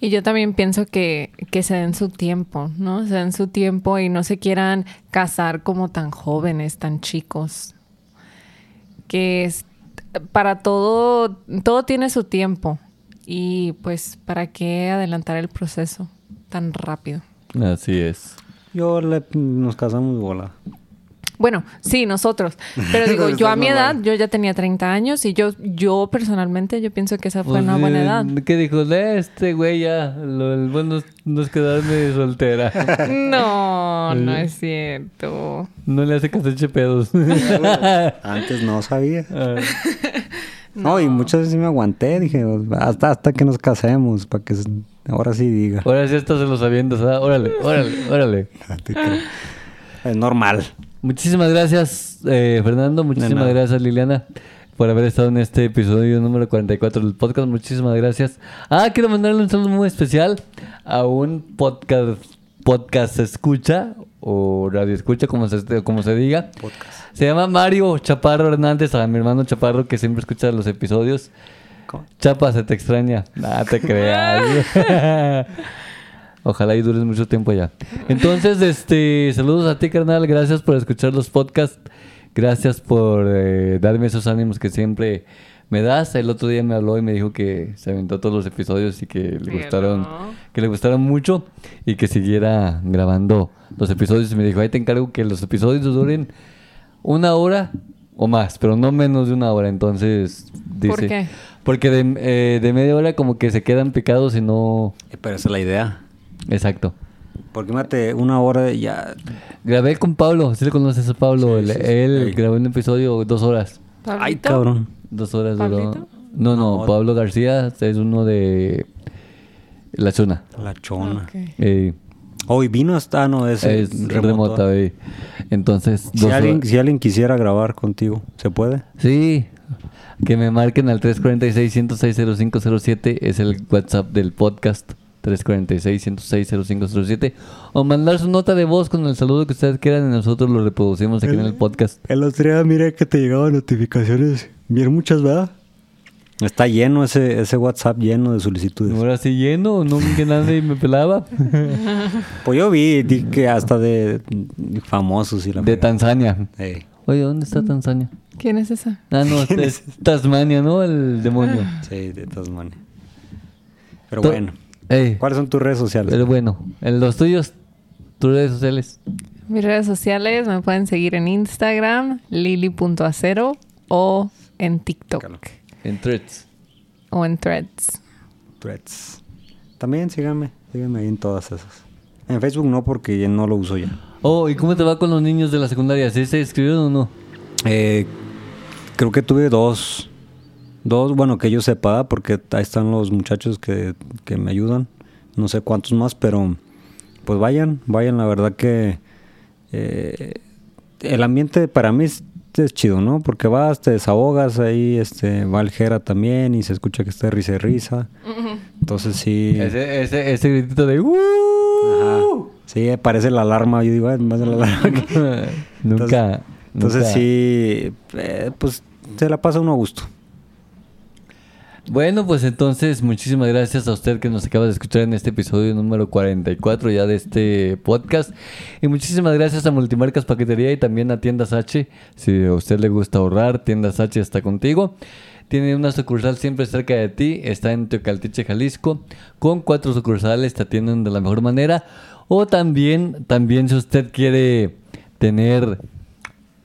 Speaker 3: Y yo también pienso que, que se den su tiempo, ¿no? Se den su tiempo y no se quieran casar como tan jóvenes, tan chicos. Que es, para todo, todo tiene su tiempo. Y pues, ¿para qué adelantar el proceso tan rápido?
Speaker 1: Así es.
Speaker 4: Yo le- nos casamos bola.
Speaker 3: Bueno, sí, nosotros. Pero digo, yo a mi edad, yo ya tenía 30 años y yo, yo personalmente, yo pienso que esa fue
Speaker 1: Pues,
Speaker 3: una buena
Speaker 1: eh,
Speaker 3: edad.
Speaker 1: ¿Qué dijo? "Eh, Este güey ya. Lo, el bueno es- no es quedarme soltera.
Speaker 3: No, no es cierto.
Speaker 1: No le hace caso eche pedos.
Speaker 4: Antes no sabía. no. y muchas veces me aguanté. Dije, "Pues, hasta, hasta que nos casemos, para que s- ahora sí diga.
Speaker 1: Ahora sí estás en los avientos, ¿verdad? Órale, órale, órale.
Speaker 4: Es normal.
Speaker 1: Muchísimas gracias, eh, Fernando. Muchísimas
Speaker 4: nada.
Speaker 1: gracias, Liliana, por haber estado en este episodio número 44 del podcast. Muchísimas gracias. Ah, quiero mandarle un saludo muy especial a un podcast, podcast escucha o radio escucha, como se, como se diga. Se llama Mario Chaparro Hernández, a mi hermano Chaparro que siempre escucha los episodios. Chapa, se te extraña. Ah, te creas. Ojalá y dures mucho tiempo ya. Entonces, este, saludos a ti, carnal. Gracias por escuchar los podcasts. Gracias por eh, darme esos ánimos que siempre me das. El otro día me habló y me dijo que se aventó todos los episodios y que le gustaron, que le gustaron mucho y que siguiera grabando los episodios. Y me dijo, ahí te encargo que los episodios duren una hora o más, pero no menos de una hora. Entonces, dice.
Speaker 3: ¿Por qué?
Speaker 1: Porque de, eh, de media hora como que se quedan picados y no...
Speaker 4: Eh, Pero esa es la idea.
Speaker 1: Exacto.
Speaker 4: Porque mate, una hora y ya.
Speaker 1: Grabé con Pablo, si le conoces a Pablo? él
Speaker 4: Sí, sí, sí.
Speaker 1: él
Speaker 4: Ahí.
Speaker 1: grabó un episodio dos horas.
Speaker 4: Ay,
Speaker 3: ¿Pablito?
Speaker 4: cabrón.
Speaker 1: Dos horas duró.
Speaker 3: ¿Pablito?
Speaker 1: No, no,
Speaker 4: No.
Speaker 1: Pablo García es uno de La Chona.
Speaker 4: La chona.
Speaker 3: Ok.
Speaker 1: Eh,
Speaker 4: Hoy vino hasta, no, es,
Speaker 1: es
Speaker 4: remoto.
Speaker 1: remota, eh. Entonces,
Speaker 4: Si
Speaker 1: dos
Speaker 4: alguien,
Speaker 1: horas.
Speaker 4: si alguien quisiera grabar contigo, ¿se puede?
Speaker 1: Sí, que me marquen al 346-106-0507, es el WhatsApp del podcast. 346-106-0507. O mandar su nota de voz con el saludo que ustedes quieran y nosotros lo reproducimos aquí en el podcast.
Speaker 4: El otro día, mira que te llegaban notificaciones. Bien muchas, ¿verdad? Está lleno ese, ese WhatsApp lleno de solicitudes.
Speaker 1: ¿No era así lleno? ¿No que nadie me pelaba?
Speaker 4: Pues yo vi, di que hasta de famosos y la
Speaker 1: De
Speaker 4: fregada.
Speaker 1: Tanzania.
Speaker 4: Ey,
Speaker 1: Oye, ¿dónde está Tanzania?
Speaker 3: ¿Quién es esa?
Speaker 1: Ah, no, es Tasmania, ¿no? El demonio.
Speaker 4: sí, de Tasmania. Pero
Speaker 1: To-
Speaker 4: bueno,
Speaker 1: Ey,
Speaker 4: ¿cuáles son tus redes sociales?
Speaker 1: pero bueno, en los tuyos, tus redes sociales.
Speaker 3: Mis redes sociales me pueden seguir en Instagram, lili.acero o en TikTok
Speaker 1: En threads.
Speaker 3: o en Threads.
Speaker 4: Threads. También síganme, síganme ahí en todas esas. En Facebook no, porque ya no lo uso ya.
Speaker 1: Oh, ¿y cómo te va con los niños de la secundaria? ¿Sí se inscribieron o no?
Speaker 4: Eh, creo que tuve dos. Dos, bueno, que yo sepa, porque ahí están los muchachos que, que me ayudan. No sé cuántos más, pero pues vayan, vayan. La verdad que eh, el ambiente para mí es, es chido, ¿no? Porque vas, te desahogas ahí, este, va el Jera también y se escucha que está risa y risa. Entonces sí.
Speaker 1: Ese, ese, ese gritito de ¡Uh!
Speaker 4: Ajá. Sí, eh, parece la alarma. Yo digo, "Ay, más de la alarma. que-".
Speaker 1: nunca.
Speaker 4: Entonces
Speaker 1: nunca.
Speaker 4: sí, eh, pues se la pasa uno a gusto.
Speaker 1: Bueno, pues entonces muchísimas gracias a usted que nos acaba de escuchar en este episodio número 44 ya de este podcast. Y muchísimas gracias a Multimarcas Paquetería y también a Tiendas H. Si a usted le gusta ahorrar, Tiendas H está contigo. Tiene una sucursal siempre cerca de ti, está en Teocaltiche, Jalisco, con cuatro sucursales, te atienden de la mejor manera. O también, también si usted quiere tener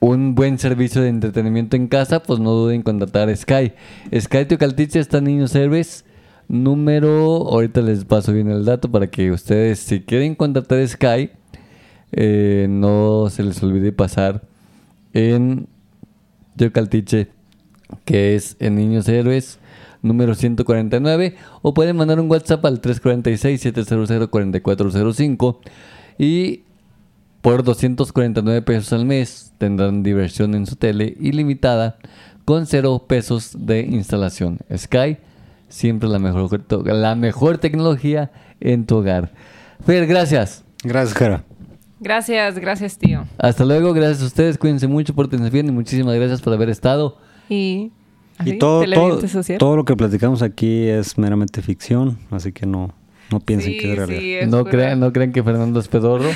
Speaker 1: un buen servicio de entretenimiento en casa, pues no duden en contratar a Sky. Sky Teocaltiche está en Niño Service. Número, ahorita les paso bien el dato para que ustedes, si quieren contratar a Sky, eh, no se les olvide pasar en Teocaltiche, que es en Niños Héroes, número 149, o pueden mandar un WhatsApp al 346-700-4405 y por 249 pesos al mes tendrán diversión en su tele ilimitada con 0 pesos de instalación. Sky, siempre la mejor, la mejor tecnología en tu hogar. Fer, gracias.
Speaker 4: Gracias, Jera.
Speaker 3: Gracias, gracias tío.
Speaker 1: Hasta luego, gracias a ustedes, cuídense mucho, pórtense bien y muchísimas gracias por haber estado.
Speaker 3: Y,
Speaker 4: Y
Speaker 3: así,
Speaker 4: todo, todo,
Speaker 3: ¿Ah, televidente social.
Speaker 4: todo lo que platicamos aquí es meramente ficción, así que no, no piensen
Speaker 3: Sí,
Speaker 4: que es realidad.
Speaker 3: sí, es
Speaker 1: No
Speaker 3: pura-
Speaker 1: crean, no crean que Fernando es pedorro.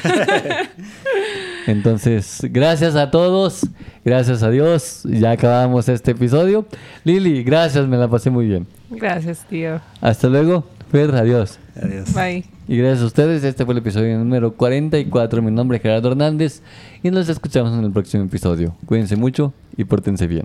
Speaker 1: Entonces, gracias a todos, gracias a Dios, ya acabamos este episodio. Lili, gracias, me la pasé muy bien.
Speaker 3: Gracias tío.
Speaker 1: Hasta luego, Fer, adiós.
Speaker 4: Adiós.
Speaker 3: Bye.
Speaker 1: Y gracias a ustedes, este fue el episodio número 44. Mi nombre es Gerardo Hernández y nos escuchamos en el próximo episodio. Cuídense mucho y pórtense bien.